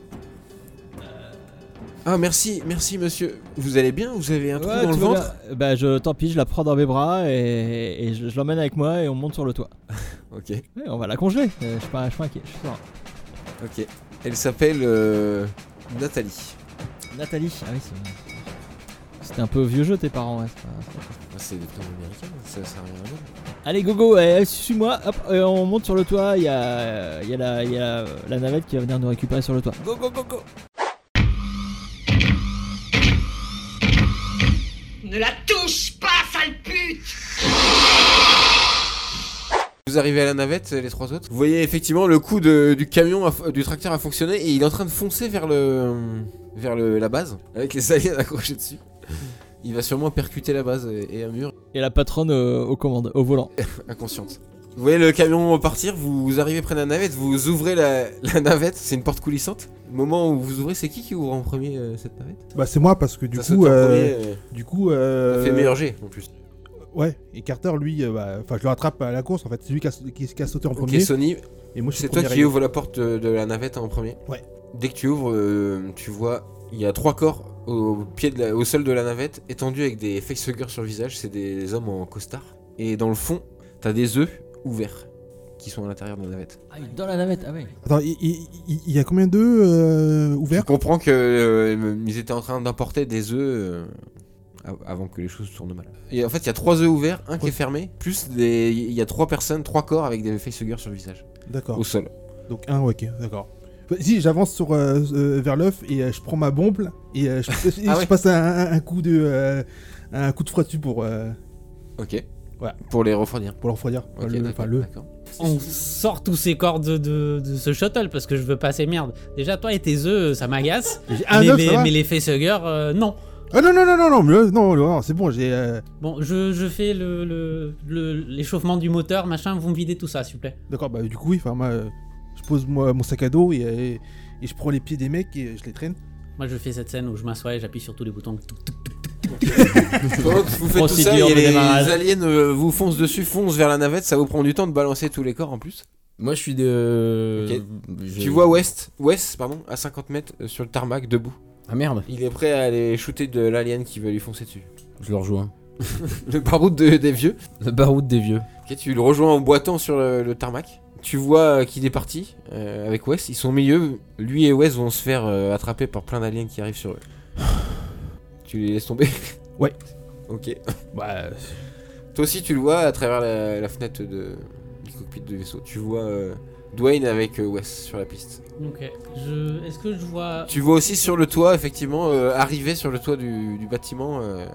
A: Ah merci, merci monsieur. Vous allez bien Vous avez un trou
D: Ouais,
A: dans le
D: tout va
A: ventre
D: bien. Bah, je, tant pis, je la prends dans mes bras et, et je, je l'emmène avec moi et on monte sur le toit.
A: Ok,
D: Ouais, on va la congeler. Euh, je suis pas, je suis pas inquiet, je suis serein.
A: ok. Elle s'appelle euh, Nathalie.
D: Nathalie, ah oui, c'est vrai. C'était un peu vieux jeu tes parents, ouais. c'est pas- c'est pas-
A: Ah, c'est des plans américains, ça sert à rien à voir.
D: Allez, gogo, eh, suis-moi, hop, euh, on monte sur le toit, il y a, euh, il y a, la, il y a la, la navette qui va venir nous récupérer sur le toit.
A: Go go go go
G: Ne la touche pas, sale pute
A: Vous arrivez à la navette, les trois autres. Vous voyez effectivement le coup de- du camion, a fo- du tracteur a fonctionné et il est en train de foncer vers le, vers le- la base avec les aliens accrochés dessus. Il va sûrement percuter la base et, et un mur
D: Et la patronne euh, aux commandes, au volant.
A: inconsciente. Vous voyez le camion partir, vous, vous arrivez près de la navette, vous ouvrez la, la navette, c'est une porte coulissante. Au moment où vous ouvrez, c'est qui qui ouvre en premier euh, cette navette
E: Bah, c'est moi parce que du
A: Ça saute
E: coup.
A: en
E: euh,
A: premier, euh,
E: Du coup.
A: ça
E: Euh...
A: fait meilleur jet en plus.
E: Ouais, et Carter, lui, euh, bah, enfin, je le rattrape à la course, en fait. C'est lui qui a, qui- qui a sauté en
A: Ok
E: premier.
A: Sony,
E: et moi, je suis
A: C'est toi
E: le premier
A: qui
E: arrivé.
A: ouvre la porte de, de la navette en premier
E: Ouais.
A: Dès que tu ouvres, euh, tu vois, il y a trois corps au, pied de la- au sol de la navette, étendus avec des facehuggers sur le visage, c'est des hommes en costard. Et dans le fond, t'as des œufs ouverts qui sont à l'intérieur de la navette.
D: Ah, dans la navette, ah ouais.
E: Attends, il il- il- il y, a combien d'œufs euh,
A: Tu
E: ouverts
A: comprends que euh, ils étaient en train d'importer des œufs euh, av- avant que les choses tournent mal. Et en fait, il y a trois œufs ouverts, un qui est fermé, plus des- il y a trois personnes, trois corps avec des facehuggers sur le visage,
E: D'accord.
A: au sol.
E: Donc, un, ouais, ok, d'accord. Si j'avance sur euh, euh, vers l'œuf et euh, je prends ma bombe là, et euh, je, et
A: Ah
E: je
A: ouais.
E: passe un, un- un coup de euh, un coup de froid dessus pour euh,
A: Ok.
E: Voilà.
A: Pour les refroidir.
E: pour le refroidir. Enfin,
A: Ok,
E: le-
A: d'accord,
E: enfin, le-
A: d'accord.
C: On sort tous ces cordes de, de- de ce shuttle parce que je veux pas ces merdes. Déjà, toi et tes œufs, ça m'agace.
E: J'ai un
C: mais,
E: œuf, ça
C: les,
E: va
C: mais les facehuggers, euh, non.
E: Ah non non non non non mais, euh, non, non, non, c'est bon j'ai euh,
C: Bon, je, je fais le- le- le- l'échauffement du moteur, machin. Vous me videz tout ça, s'il vous plaît.
E: d'accord bah du coup oui enfin moi euh, je pose moi, mon sac à dos et, euh, et, et je prends les pieds des mecs et euh, je les traîne.
C: Moi, je fais cette scène où je m'assois et j'appuie sur tous les boutons. Tuk, tuk, tuk.
A: Pendant que vous faites tout ça,
C: Procédure
A: et
C: de
A: les
C: démarrage.
A: aliens euh, vous foncent dessus, foncent vers la navette, ça vous prend du temps de balancer tous les corps en plus.
F: Moi, je suis de. je-
A: Tu vois West, West pardon, à 50 mètres euh, sur le tarmac, debout.
F: Ah merde,
A: Il est prêt à aller shooter de l'alien qui va lui foncer dessus.
F: je le rejoins.
A: Le baroud de- des vieux.
F: Le baroud des vieux.
A: Ok, tu le rejoins en boitant sur le, le tarmac. Tu vois euh, qu'il est parti euh, avec Wes. Ils sont au milieu. Lui et Wes vont se faire euh, attraper par plein d'aliens qui arrivent sur eux. tu les laisses tomber
E: Ouais.
A: Ok.
F: Bah,
A: Toi aussi, tu le vois à travers la, la fenêtre de, du cockpit du vaisseau. Tu vois euh, Dwayne avec euh, Wes sur la piste.
C: Ok. Je- Est-ce que je vois.
A: Tu vois aussi sur le toit, effectivement, euh, arriver sur le toit du, du bâtiment, euh,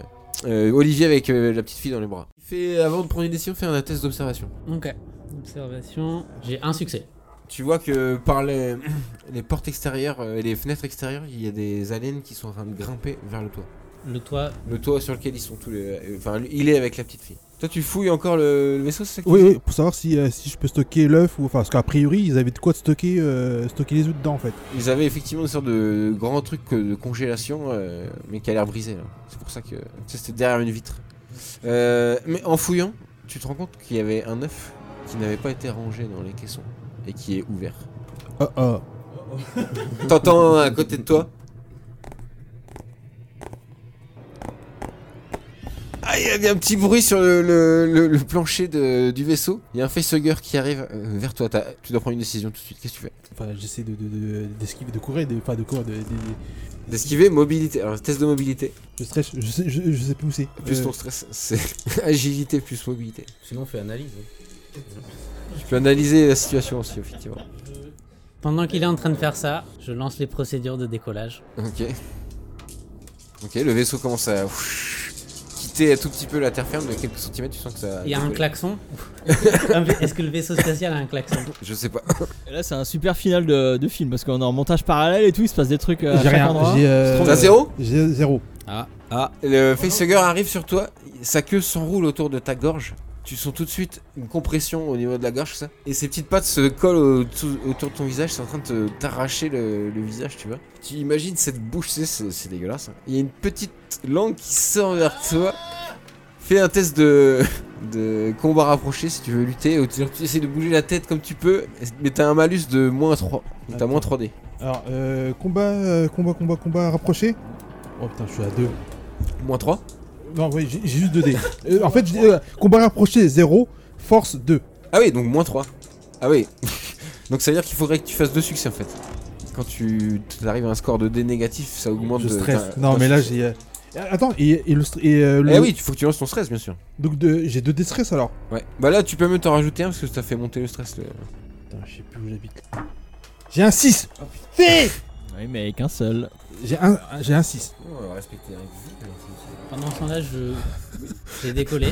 A: euh, Olivier avec euh, la petite fille dans les bras. Fais, avant de prendre une décision, fais un test d'observation.
C: Ok. Observation. J'ai un succès.
A: Tu vois que par les, les portes extérieures euh, et les fenêtres extérieures, il y a des aliens qui sont en train de grimper vers le toit.
C: Le toit.
A: Le toit sur lequel ils sont tous les. euh, Enfin, lui, il est avec la petite fille. Toi, tu fouilles encore le, le vaisseau, c'est ça que tu
E: Oui,
A: dis
E: oui pour savoir si, euh, si je peux stocker l'œuf ou enfin parce qu'a priori ils avaient de quoi stocker euh, stocker les œufs dedans en fait.
A: Ils avaient effectivement une sorte de grand truc euh, de congélation, euh, mais qui a l'air brisé. là. C'est pour ça que tu sais, c'était derrière une vitre. Euh, mais en fouillant, tu te rends compte qu'il y avait un œuf qui n'avait pas été rangé dans les caissons et qui est ouvert.
E: Ah ah.
A: T'entends à côté de toi Ah, il y avait un petit bruit sur le, le- le- le plancher de- du vaisseau. Il y a un facehugger qui arrive euh, vers toi. T'as- Tu dois prendre une décision tout de suite. Qu'est-ce que tu fais
E: Enfin j'essaie de de- de- d'esquiver de, courir de, enfin de courir de, de- de-
A: D'esquiver, mobilité. Alors, test de mobilité.
E: je stress je sais je, je sais plus où c'est.
A: Plus
E: Euh,
A: ton stress, c'est agilité plus mobilité.
F: sinon, on fait analyse.
A: Tu peux analyser la situation aussi, effectivement.
C: Pendant qu'il est en train de faire ça, je lance les procédures de décollage.
A: Ok. Ok, le vaisseau commence à ouf, quitter un tout petit peu la terre ferme de quelques centimètres. Tu sens que ça.
C: Il y a un
A: décolle.
C: klaxon. Est-ce que le vaisseau spatial a un klaxon
A: Je sais pas.
D: Et là, c'est un super final de, de film parce qu'on est en montage parallèle et tout. Il se passe des trucs. euh, à
E: J'ai
D: chaque
E: rien,
D: endroit.
E: j'ai, euh,
D: C'est trop
A: T'as
D: bien.
A: zéro
E: J'ai zéro.
F: Ah,
A: Le facehugger arrive sur toi, sa queue s'enroule autour de ta gorge. Tu sens tout de suite une compression au niveau de la gorge, ça. Et ses petites pattes se collent au- tout- autour de ton visage, c'est en train de te- t'arracher le, le visage, tu vois. Tu imagines cette bouche, c'est- c'est c'est dégueulasse. hein. Il y a une petite langue qui sort vers toi. Fais un test de, de combat rapproché si tu veux lutter. Ou tu, tu essaies de bouger la tête comme tu peux, mais t'as un malus de moins 3. Donc T'as
E: Attends.
A: moins 3D.
E: Alors euh, combat euh, combat combat combat rapproché. Oh putain je suis à 2.
A: Moins 3
E: Non oui j'ai j'ai juste 2 dés. Euh, en fait j'ai- euh, combat rapproché 0 force 2.
A: Ah oui, donc moins 3. Ah oui. donc ça veut dire qu'il faudrait que tu fasses deux succès en fait. Quand tu arrives à un score de D négatif, ça augmente
E: Je
A: de-
E: stresse.
A: ta-
E: Non
A: ta
E: mais là
A: succès.
E: j'ai euh, Attends, et, et le, stre- et, euh, le-
A: Eh oui, il faut que tu lances ton stress, bien sûr.
E: donc deux- j'ai deux dés stress alors.
A: Ouais. Bah là, tu peux même t'en rajouter un parce que ça fait monter le stress. le-
E: Putain, je sais plus où j'habite. J'ai un 6
D: Oui, mais avec un seul.
E: J'ai un, j'ai un 6.
F: Oh, hein.
C: Pendant ce temps-là, je j'ai décollé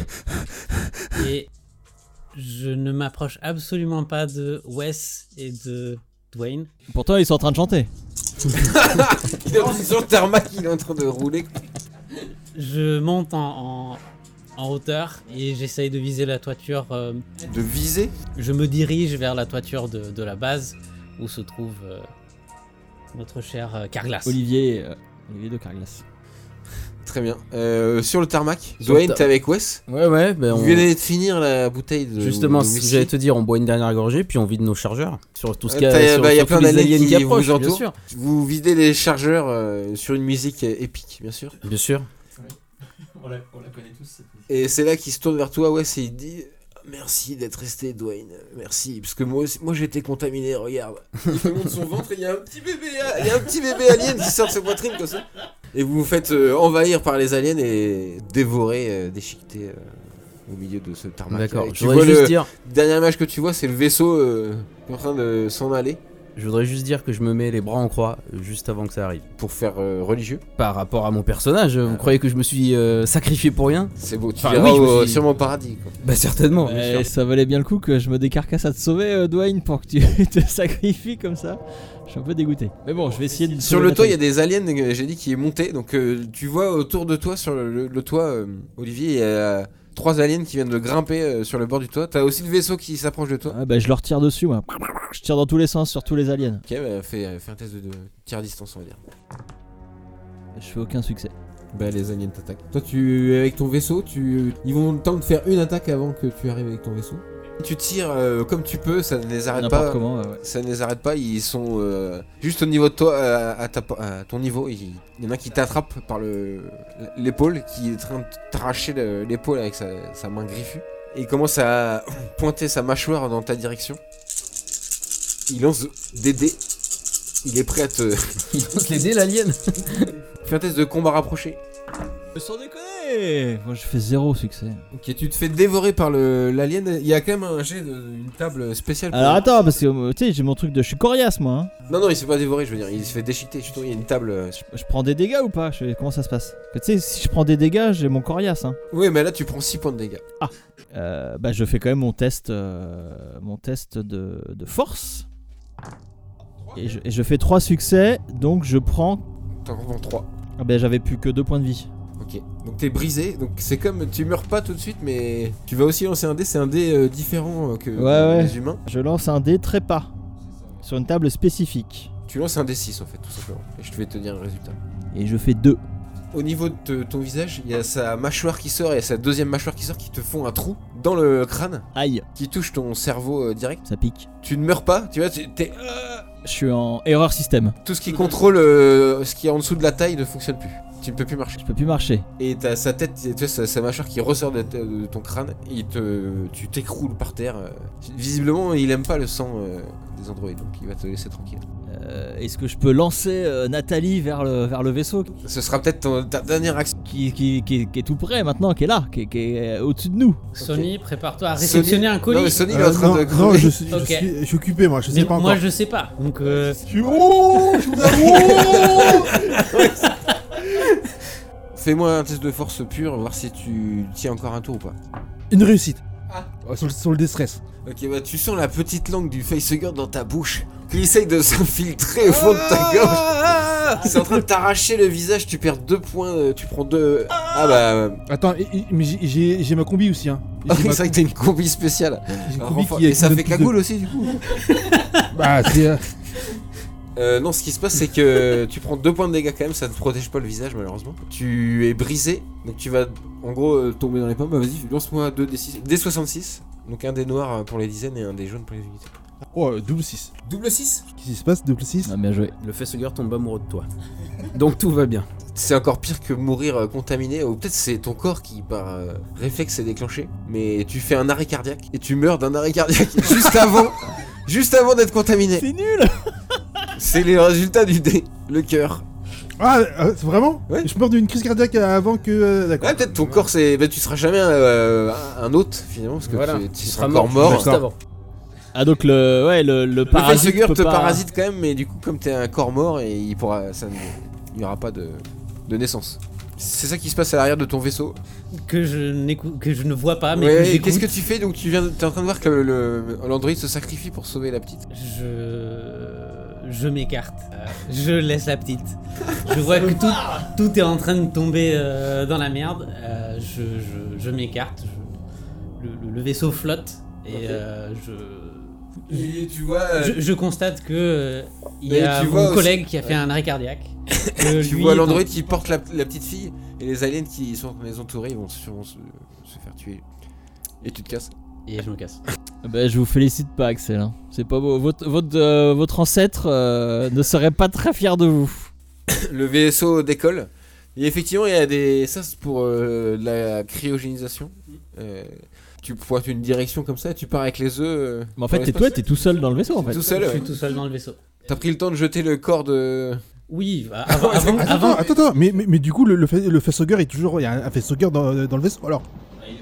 C: et je ne m'approche absolument pas de Wes et de Dwayne.
D: Pourtant, ils sont en train de chanter.
A: Il est en train de- sur le tarmac, il est en train de rouler.
C: Je monte en, en- en hauteur et j'essaye de viser la toiture. euh,
A: De viser.
C: je me dirige vers la toiture de, de la base où se trouve euh, notre cher euh, Carglass.
D: Olivier, euh, Olivier de Carglass.
A: Très bien. Euh, sur le tarmac,
F: Sur le
A: Dwayne,
F: tar-
A: t'es avec Wes.
F: Ouais, ouais, ben
A: Vous
F: on.
A: venez de finir la bouteille de.
F: Justement,
A: de
F: c'est ce que
A: whisky.
F: j'allais te dire, on boit une dernière gorgée, puis on vide nos chargeurs. Sur tout ce
A: Euh,
F: qu'il y
A: t'as-
F: a, sur,
A: bah, y a
F: sur
A: plein
F: tous les
A: d'aliens
F: aliens
A: qui
F: qui
A: vous
F: approchent, bien
A: entourent.
F: sûr.
A: Vous videz les chargeurs euh, sur une musique euh, épique, bien sûr.
F: Bien sûr.
A: Et c'est là qu'il se tourne vers toi, ouais, c'est il dit Merci d'être resté, Dwayne. Merci, parce que moi, aussi- moi j'ai été contaminé, regarde. Il monte son ventre et il y a un petit bébé, hein. il y a un petit bébé alien qui sort de sa poitrine comme ça. Et vous vous faites euh, envahir par les aliens et dévorer, euh, déchiqueter euh, au milieu de ce tarmac.
F: D'accord.
A: Et
F: Je
A: Tu vois
F: voudrais juste
A: le
F: dire.
A: dernier image que tu vois, c'est le vaisseau euh, qui est en train de s'en aller.
F: Je voudrais juste dire que je me mets les bras en croix euh, juste avant que ça arrive. Euh.
A: Pour faire euh, religieux.
F: Par rapport
A: Ah,
F: à mon personnage, vous croyez que je me suis euh, sacrifié pour rien
A: C'est beau. Tu
F: Enfin,
A: verras
F: oui, je me
A: au-
F: suis-
A: sûrement au paradis. quoi.
F: Bah certainement.
A: Oh,
F: bien
D: Eh,
F: sûr.
D: ça valait bien le coup que je me décarcasse à te sauver, euh, Dwayne, pour que tu te sacrifies comme ça. Je suis un peu dégoûté. Mais bon, je vais essayer de.
A: Sur le toit, il y a des aliens, euh, j'ai dit, qui est monté. Donc euh, tu vois autour de toi, sur le, le toit, euh, Olivier, il y a trois aliens qui viennent de grimper euh, sur le bord du toit. T'as aussi le vaisseau qui s'approche de toi.
D: Ah bah, je leur tire dessus, moi. Je tire dans tous les sens sur tous les aliens.
A: Ok, bah, fais, euh, fais un test de, de tir à distance, on va dire.
D: Je fais aucun succès.
A: Bah les aliens t'attaquent. Toi tu avec ton vaisseau, tu ils vont le temps de faire une attaque avant que tu arrives avec ton vaisseau. Tu tires euh, comme tu peux, ça ne les arrête
D: N'importe
A: Ah, pas.
D: comment, ouais, ouais.
A: Ça ne les arrête pas, ils sont euh, juste au niveau de toi, euh, à, à ta- à ton niveau. Il, il y en a un qui t'attrape par le l'épaule, qui est en train de t'arracher le- l'épaule avec sa, sa main griffue. Et il commence à pointer sa mâchoire dans ta direction. Il lance des dés. Il est prêt à te
F: Il lance les dés l'alien.
A: faire un test de combat rapproché.
D: Sans déconner Eh, Moi, je fais zéro succès.
A: Ok, tu te fais dévorer par le l'alien. Il y a quand même un jet, de- une table spéciale. pour-
D: Alors attends, parce que euh, tu sais, j'ai mon truc de. Je suis coriace, moi. hein.
A: Non, non, il s'est pas dévoré, je veux dire, il se fait déchiqueter. Justement, il y a une table. euh, sur-
D: Je prends des dégâts ou pas Je- Comment ça se passe Parce que Tu sais, si je prends des dégâts, j'ai mon coriace, hein.
A: Oui, mais là, tu prends 6 points de dégâts.
D: Euh, bah, je fais quand même mon test, euh, mon test de, de force. Et je, et je fais 3 succès, donc je prends.
A: T'en prends 3.
D: Ah bah, j'avais plus que 2 points de vie.
A: Ok. Donc, t'es brisé. Donc, c'est comme. Tu meurs pas tout de suite, mais tu vas aussi lancer un dé. C'est un dé euh, différent euh, que
D: Ouais,
A: que
D: ouais.
A: les humains.
D: Je lance un dé trépas sur une table spécifique.
A: Tu lances un dé 6 en fait, tout simplement. Et je vais te dire le résultat.
D: Et je fais 2.
A: Au niveau de te- ton visage, il y a sa mâchoire qui sort et sa deuxième mâchoire qui sort qui te font un trou dans le crâne
D: Aïe,
A: qui touche ton cerveau euh, direct.
D: ça pique.
A: Tu ne meurs pas, tu vois, tu- t'es euh,
D: Je suis en erreur système.
A: Tout ce qui contrôle euh, ce qui est en dessous de la taille ne fonctionne plus. Tu ne peux plus marcher.
D: Je peux plus marcher.
A: Et t'as sa tête, tu vois, sa, sa mâchoire qui ressort de, ta- de ton crâne et te, tu t'écroules par terre. euh. Visiblement, il aime pas le sang euh, des androïdes, donc il va te laisser tranquille.
D: Euh, Est-ce que je peux lancer euh, Nathalie vers le, vers le vaisseau
A: Ce sera peut-être ton- ta dernière action.
D: qui, qui, qui, qui est tout près maintenant, qui est là, qui, qui est euh, au-dessus de nous
C: Sony, prépare-toi à réceptionner un colis.
A: Non, mais Sony, il est
E: Euh,
A: en train
E: non,
A: de.
E: non, je suis, je
C: Ok.
E: suis- je suis occupé, moi, je sais
C: Mais
E: pas
C: moi
E: encore.
C: je sais pas. Donc euh,
E: Je suis- Oh, je vous avoue
A: Fais-moi un test de force pure, voir si tu tiens encore un tour ou pas.
E: Une réussite.
A: Ah.
E: Ouais, Sur, le, sur le déstress.
A: Ok, bah tu sens la petite langue du facehugger dans ta bouche qui essaye de s'infiltrer au fond de ta gorge. C'est en train de t'arracher le visage, tu perds deux points, euh, tu prends deux. Ah bah.
E: Attends, et- et- mais j'ai- j'ai j'ai ma combi aussi. Hein. J'ai
A: c'est
E: ma-
A: vrai que t'as une combi spéciale.
E: j'ai une
A: Un
E: combi
A: renfort-
E: qui est-
A: Et ça
E: qui
A: fait
E: donne plus de-
A: cagoule aussi du coup.
E: Bah, c'est. euh,
A: Euh, non, ce qui se passe c'est que tu prends deux points de dégâts quand même, ça ne protège pas le visage malheureusement. Tu es brisé, donc tu vas en gros euh, tomber dans les pommes. Bah, Vas-y, lance-moi deux D6. D66, donc un des noirs euh, pour les dizaines et un des jaunes pour les unités.
E: Oh, euh, double 6.
A: Double 6
E: Qu'est-ce qui se passe, double 6
D: Ah, bien joué.
F: Le facehugger tombe amoureux de toi. Donc tout va bien.
A: C'est encore pire que mourir euh, contaminé, ou peut-être c'est ton corps qui par euh, réflexe s'est déclenché, mais tu fais un arrêt cardiaque et tu meurs d'un arrêt cardiaque juste avant, juste avant d'être contaminé.
D: C'est nul
A: C'est les résultats du dé, le cœur.
E: Ah, euh, c'est vraiment
A: Ouais.
E: Je meurs d'une crise cardiaque avant que. euh, D'accord.
A: Ouais, peut-être ton corps c'est, bah, tu seras jamais euh, un autre finalement parce que tu, tu seras encore mort.
F: juste avant.
D: Ah donc le ouais le, le
A: Le
D: parasite
A: facehugger
D: peut
A: te
D: pas-
A: parasite quand même, mais du coup comme t'es un corps mort et il pourra, ça ne- il n'y aura pas de, de naissance. C'est ça qui se passe à l'arrière de ton vaisseau.
C: que je n'écoute, que je ne vois pas, Ah, mais
A: Ouais,
C: que
A: et
C: j'écoute.
A: qu'est-ce que tu fais Donc tu viens, de- t'es en train de voir que le- le- l'android se sacrifie pour sauver la petite.
C: Je je m'écarte. Euh, Je laisse la petite. Je vois que tout, tout est en train de tomber euh, dans la merde. Euh, je je- je m'écarte. Je- Le, le- le vaisseau flotte et
A: Ok.
C: euh, je.
A: Et tu vois,
C: Je, je constate que euh, il y
A: Et
C: a
A: Euh, tu
C: mon
A: vois aussi-
C: collègue qui a fait un arrêt cardiaque. que
A: tu
C: lui
A: vois
C: est en-
A: l'android qui porte la, la petite fille et les aliens qui sont les entourés ils vont sûrement se, se faire tuer. Et tu te casses.
C: Et je me casse.
D: Bah, je vous félicite pas Axel. hein. C'est pas beau. Votre votre, euh, votre ancêtre euh, ne serait pas très fier de vous.
A: Le vaisseau décolle. Et effectivement, il y a des. Ça, c'est pour euh, de la cryogénisation. Euh, tu pointes une direction comme ça, tu pars avec les œufs. euh,
D: Mais en
A: dans
D: fait t'es
A: l'espace.
D: toi t'es tout seul dans le vaisseau en fait.
A: Tout seul,
C: je
A: ouais.
C: suis tout seul dans le vaisseau.
A: T'as pris le temps de jeter le corps de.
C: Oui, bah, avant, avant,
E: Attends,
C: avant-
E: attends, attends, mais, mais, mais du coup, le, le, fa- le facehugger est toujours. Il y a un un facehugger dans, dans le vaisseau alors.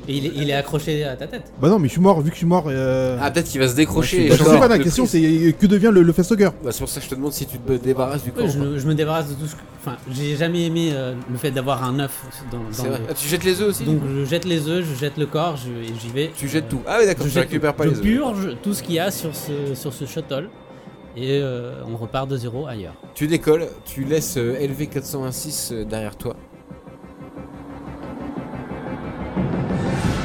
C: Et il, est- il est accroché à ta tête.
E: Bah non, mais je suis mort, vu que je suis mort. euh,
A: Ah, peut-être qu'il va se décrocher.
E: bah,
A: et
E: je sais
A: changer
E: pas, la
A: de
E: question
A: prise.
E: c'est euh, que devient le, le facehugger
A: Bah, c'est pour ça que je te demande si tu te débarrasses du corps.
C: Ouais,
A: ou
C: je,
A: pas.
C: me- je me débarrasse de tout ce que. Enfin, j'ai jamais aimé euh, le fait d'avoir un œuf dans, dans
A: C'est
C: le-
A: vrai. Ah, tu jettes les œufs aussi
C: Donc je jette les œufs, je jette le corps, je- et j'y vais.
A: Tu
C: Euh,
A: jettes tout. Ah, oui, d'accord,
C: je
A: tu
C: jette
A: récupères
C: tout.
A: pas
C: Je
A: les œufs.
C: purge tout ce qu'il y a sur ce, sur ce shuttle et euh, on repart de zéro ailleurs.
A: Tu décolles, tu laisses euh, LV426 euh, derrière toi.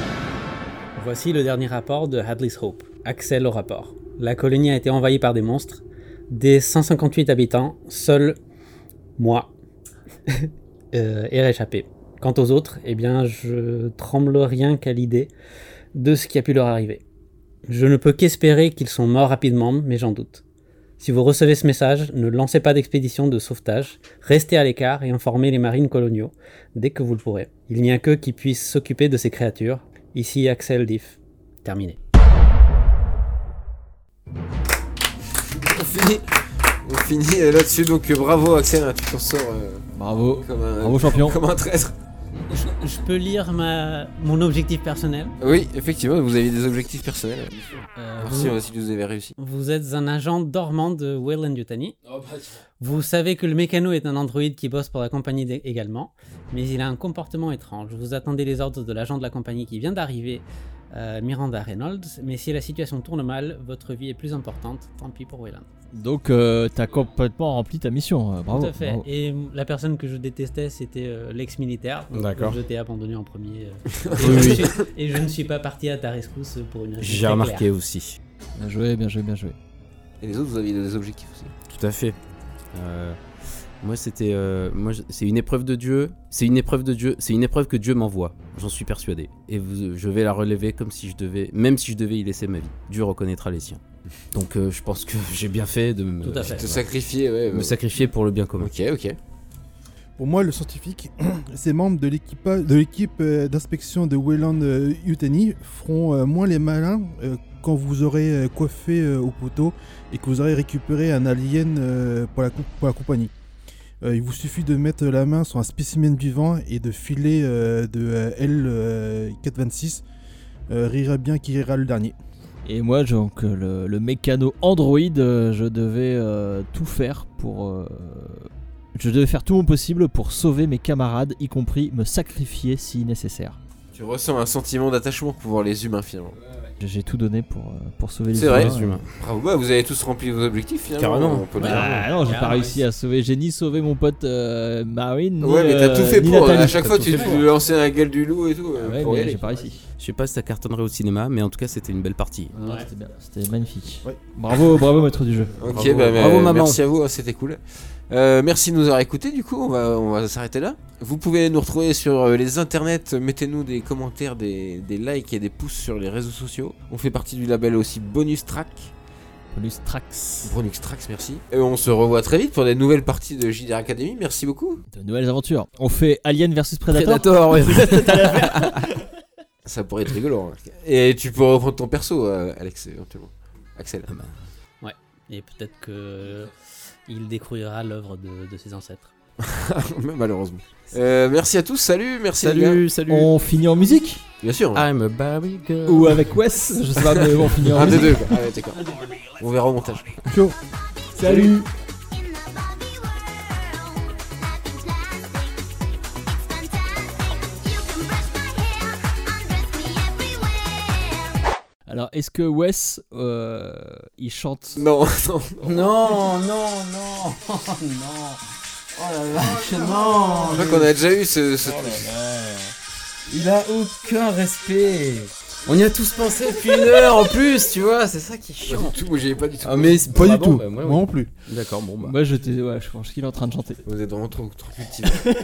C: Voici le dernier rapport de Hadley's Hope. Axel au rapport. La colonie a été envahie par des monstres. Des 158 habitants, seul moi euh, est réchappé. Quant aux autres, eh bien, je tremble rien qu'à l'idée de ce qui a pu leur arriver. Je ne peux qu'espérer qu'ils sont morts rapidement, mais j'en doute. Si vous recevez ce message, ne lancez pas d'expédition de sauvetage, restez à l'écart et informez les marines coloniaux dès que vous le pourrez. Il n'y a qu'eux qui puissent s'occuper de ces créatures, Ici Axel Diff. Terminé.
A: On finit, on finit euh, là-dessus, donc euh, bravo Axel, hein, tu t'en sors euh,
D: Bravo.
A: comme, un,
D: Bravo champion.
A: comme un traître.
C: Je, je peux lire ma, mon objectif personnel.
A: Oui, effectivement, vous avez des objectifs personnels.
C: Euh,
A: Merci
C: vous,
A: euh, si vous avez réussi.
C: vous êtes un agent dormant de Wayland Yutani. Vous savez que le mécano est un androïde qui bosse pour la compagnie d'é- également, mais il a un comportement étrange. Vous attendez les ordres de l'agent de la compagnie qui vient d'arriver, euh, Miranda Reynolds, mais si la situation tourne mal, votre vie est plus importante. Tant pis pour Wayland.
D: Donc euh, t'as complètement rempli ta mission. euh, bravo.
C: Tout à fait.
D: bravo.
C: Et m- la personne que je détestais, c'était euh, l'ex-militaire. Donc,
F: D'accord.
C: Je t'ai abandonné en premier. euh,
D: Oui,
C: et, je
D: oui.
C: suis- et je ne suis pas parti à ta rescousse pour une raison
F: J'ai
C: très
F: remarqué
C: claire.
F: aussi.
D: Bien joué, bien joué, bien joué.
A: Et les autres, vous avez des objectifs aussi.
F: Tout à fait. Euh, moi, c'était. euh, moi, je- c'est une épreuve de Dieu. C'est une épreuve de Dieu. C'est une épreuve que Dieu m'envoie. J'en suis persuadé. Et vous- je vais la relever comme si je devais. Même si je devais y laisser ma vie. Dieu reconnaîtra les siens. Donc, euh, je pense que j'ai bien fait de me,
C: Tout à fait.
A: Te sacrifier, ouais.
F: me
A: ouais.
F: sacrifier pour le bien commun.
A: Ok, ok.
E: Pour moi, le scientifique, ses membres de l'équipe de l'équipe euh, d'inspection de Wayland euh, Yutani feront euh, moins les malins euh, quand vous aurez euh, coiffé euh, au poteau et que vous aurez récupéré un alien euh, pour, la co- pour la compagnie. Euh, il vous suffit de mettre la main sur un spécimen vivant et de filer euh, de euh, L426. Euh, rira bien qui rira le dernier.
D: Et moi, donc, euh, le, le mécano Android, euh, je devais euh, tout faire pour. euh, je devais faire tout mon possible pour sauver mes camarades, y compris me sacrifier si nécessaire.
A: Tu ressens un sentiment d'attachement pour voir les humains finalement.
D: J'ai tout donné pour, euh, pour sauver les
A: C'est vrai.
D: humains.
F: Les humains.
A: Bravo, bah, vous avez tous rempli vos objectifs finalement.
F: Carrément.
A: on peut le dire.
D: Bah non, j'ai pas
C: Carrément,
D: réussi à sauver. J'ai ni sauvé mon pote euh, Marine.
A: Ouais,
D: ni,
A: mais t'as
D: euh,
A: tout fait
D: ni
A: pour.
D: Nathalie.
A: À chaque
F: T'as
A: fois,
F: tout
A: tu
F: fait
A: tu
F: pour.
A: lançais la gueule du loup et tout. euh,
D: Ouais,
A: pour y
D: mais
A: aller.
D: j'ai pas réussi.
F: Je sais pas si ça cartonnerait au cinéma, mais en tout cas, c'était une belle partie.
D: Ah,
C: Ouais.
D: C'était bien, C'était magnifique.
E: Ouais.
D: Bravo, bravo maître du jeu.
A: Ok,
F: Bravo.
A: bah, mais-
F: Bravo, maman.
A: merci à vous, hein, c'était cool. Euh, merci de nous avoir écoutés, du coup, on va, on va s'arrêter là. Vous pouvez nous retrouver sur euh, les internets, mettez-nous des commentaires, des, des likes et des pouces sur les réseaux sociaux. On fait partie du label aussi Bonus Track.
D: Plus Trax.
A: Bonus Tracks, merci. Et on se revoit très vite pour des nouvelles parties de JDR Academy, merci beaucoup.
D: De nouvelles aventures. On fait Alien versus Predator.
A: Ça pourrait être rigolo. hein. Et tu peux reprendre ton perso, euh, Alex, éventuellement. Axel.
C: Et peut-être que euh, il découvrira l'œuvre de, de ses ancêtres.
A: Malheureusement. Euh, merci à tous, salut, merci les gars.
F: Salut, salut.
D: On finit en musique
A: Bien sûr.
F: I'm a Barbie girl.
D: Euh, ou avec Wes, je sais pas, mais on finit en
A: Un des
D: musique.
A: deux. quoi. Ah ouais, d'accord. On verra au montage.
D: Salut.
H: In the Barbie world, life is plastic. It's fantastic. You can brush my hair, undress me everywhere.
D: Alors, est-ce que Wes, euh, il chante
A: Non, non.
C: Non, non, non, non. Oh là là,
A: Je crois qu'on a déjà eu ce. ce-
C: Il a aucun respect.
F: On y a tous pensé depuis une heure en plus, tu vois, c'est ça qui est chiant.
A: Pas du tout, moi, j'y ai pas du tout.
F: mais
E: Pas du tout. Ah moi non plus.
F: D'accord, bon bah.
D: Moi, je, t'ai- ouais, je pense qu'il est en train de chanter.
A: Vous êtes vraiment trop, trop cultivés.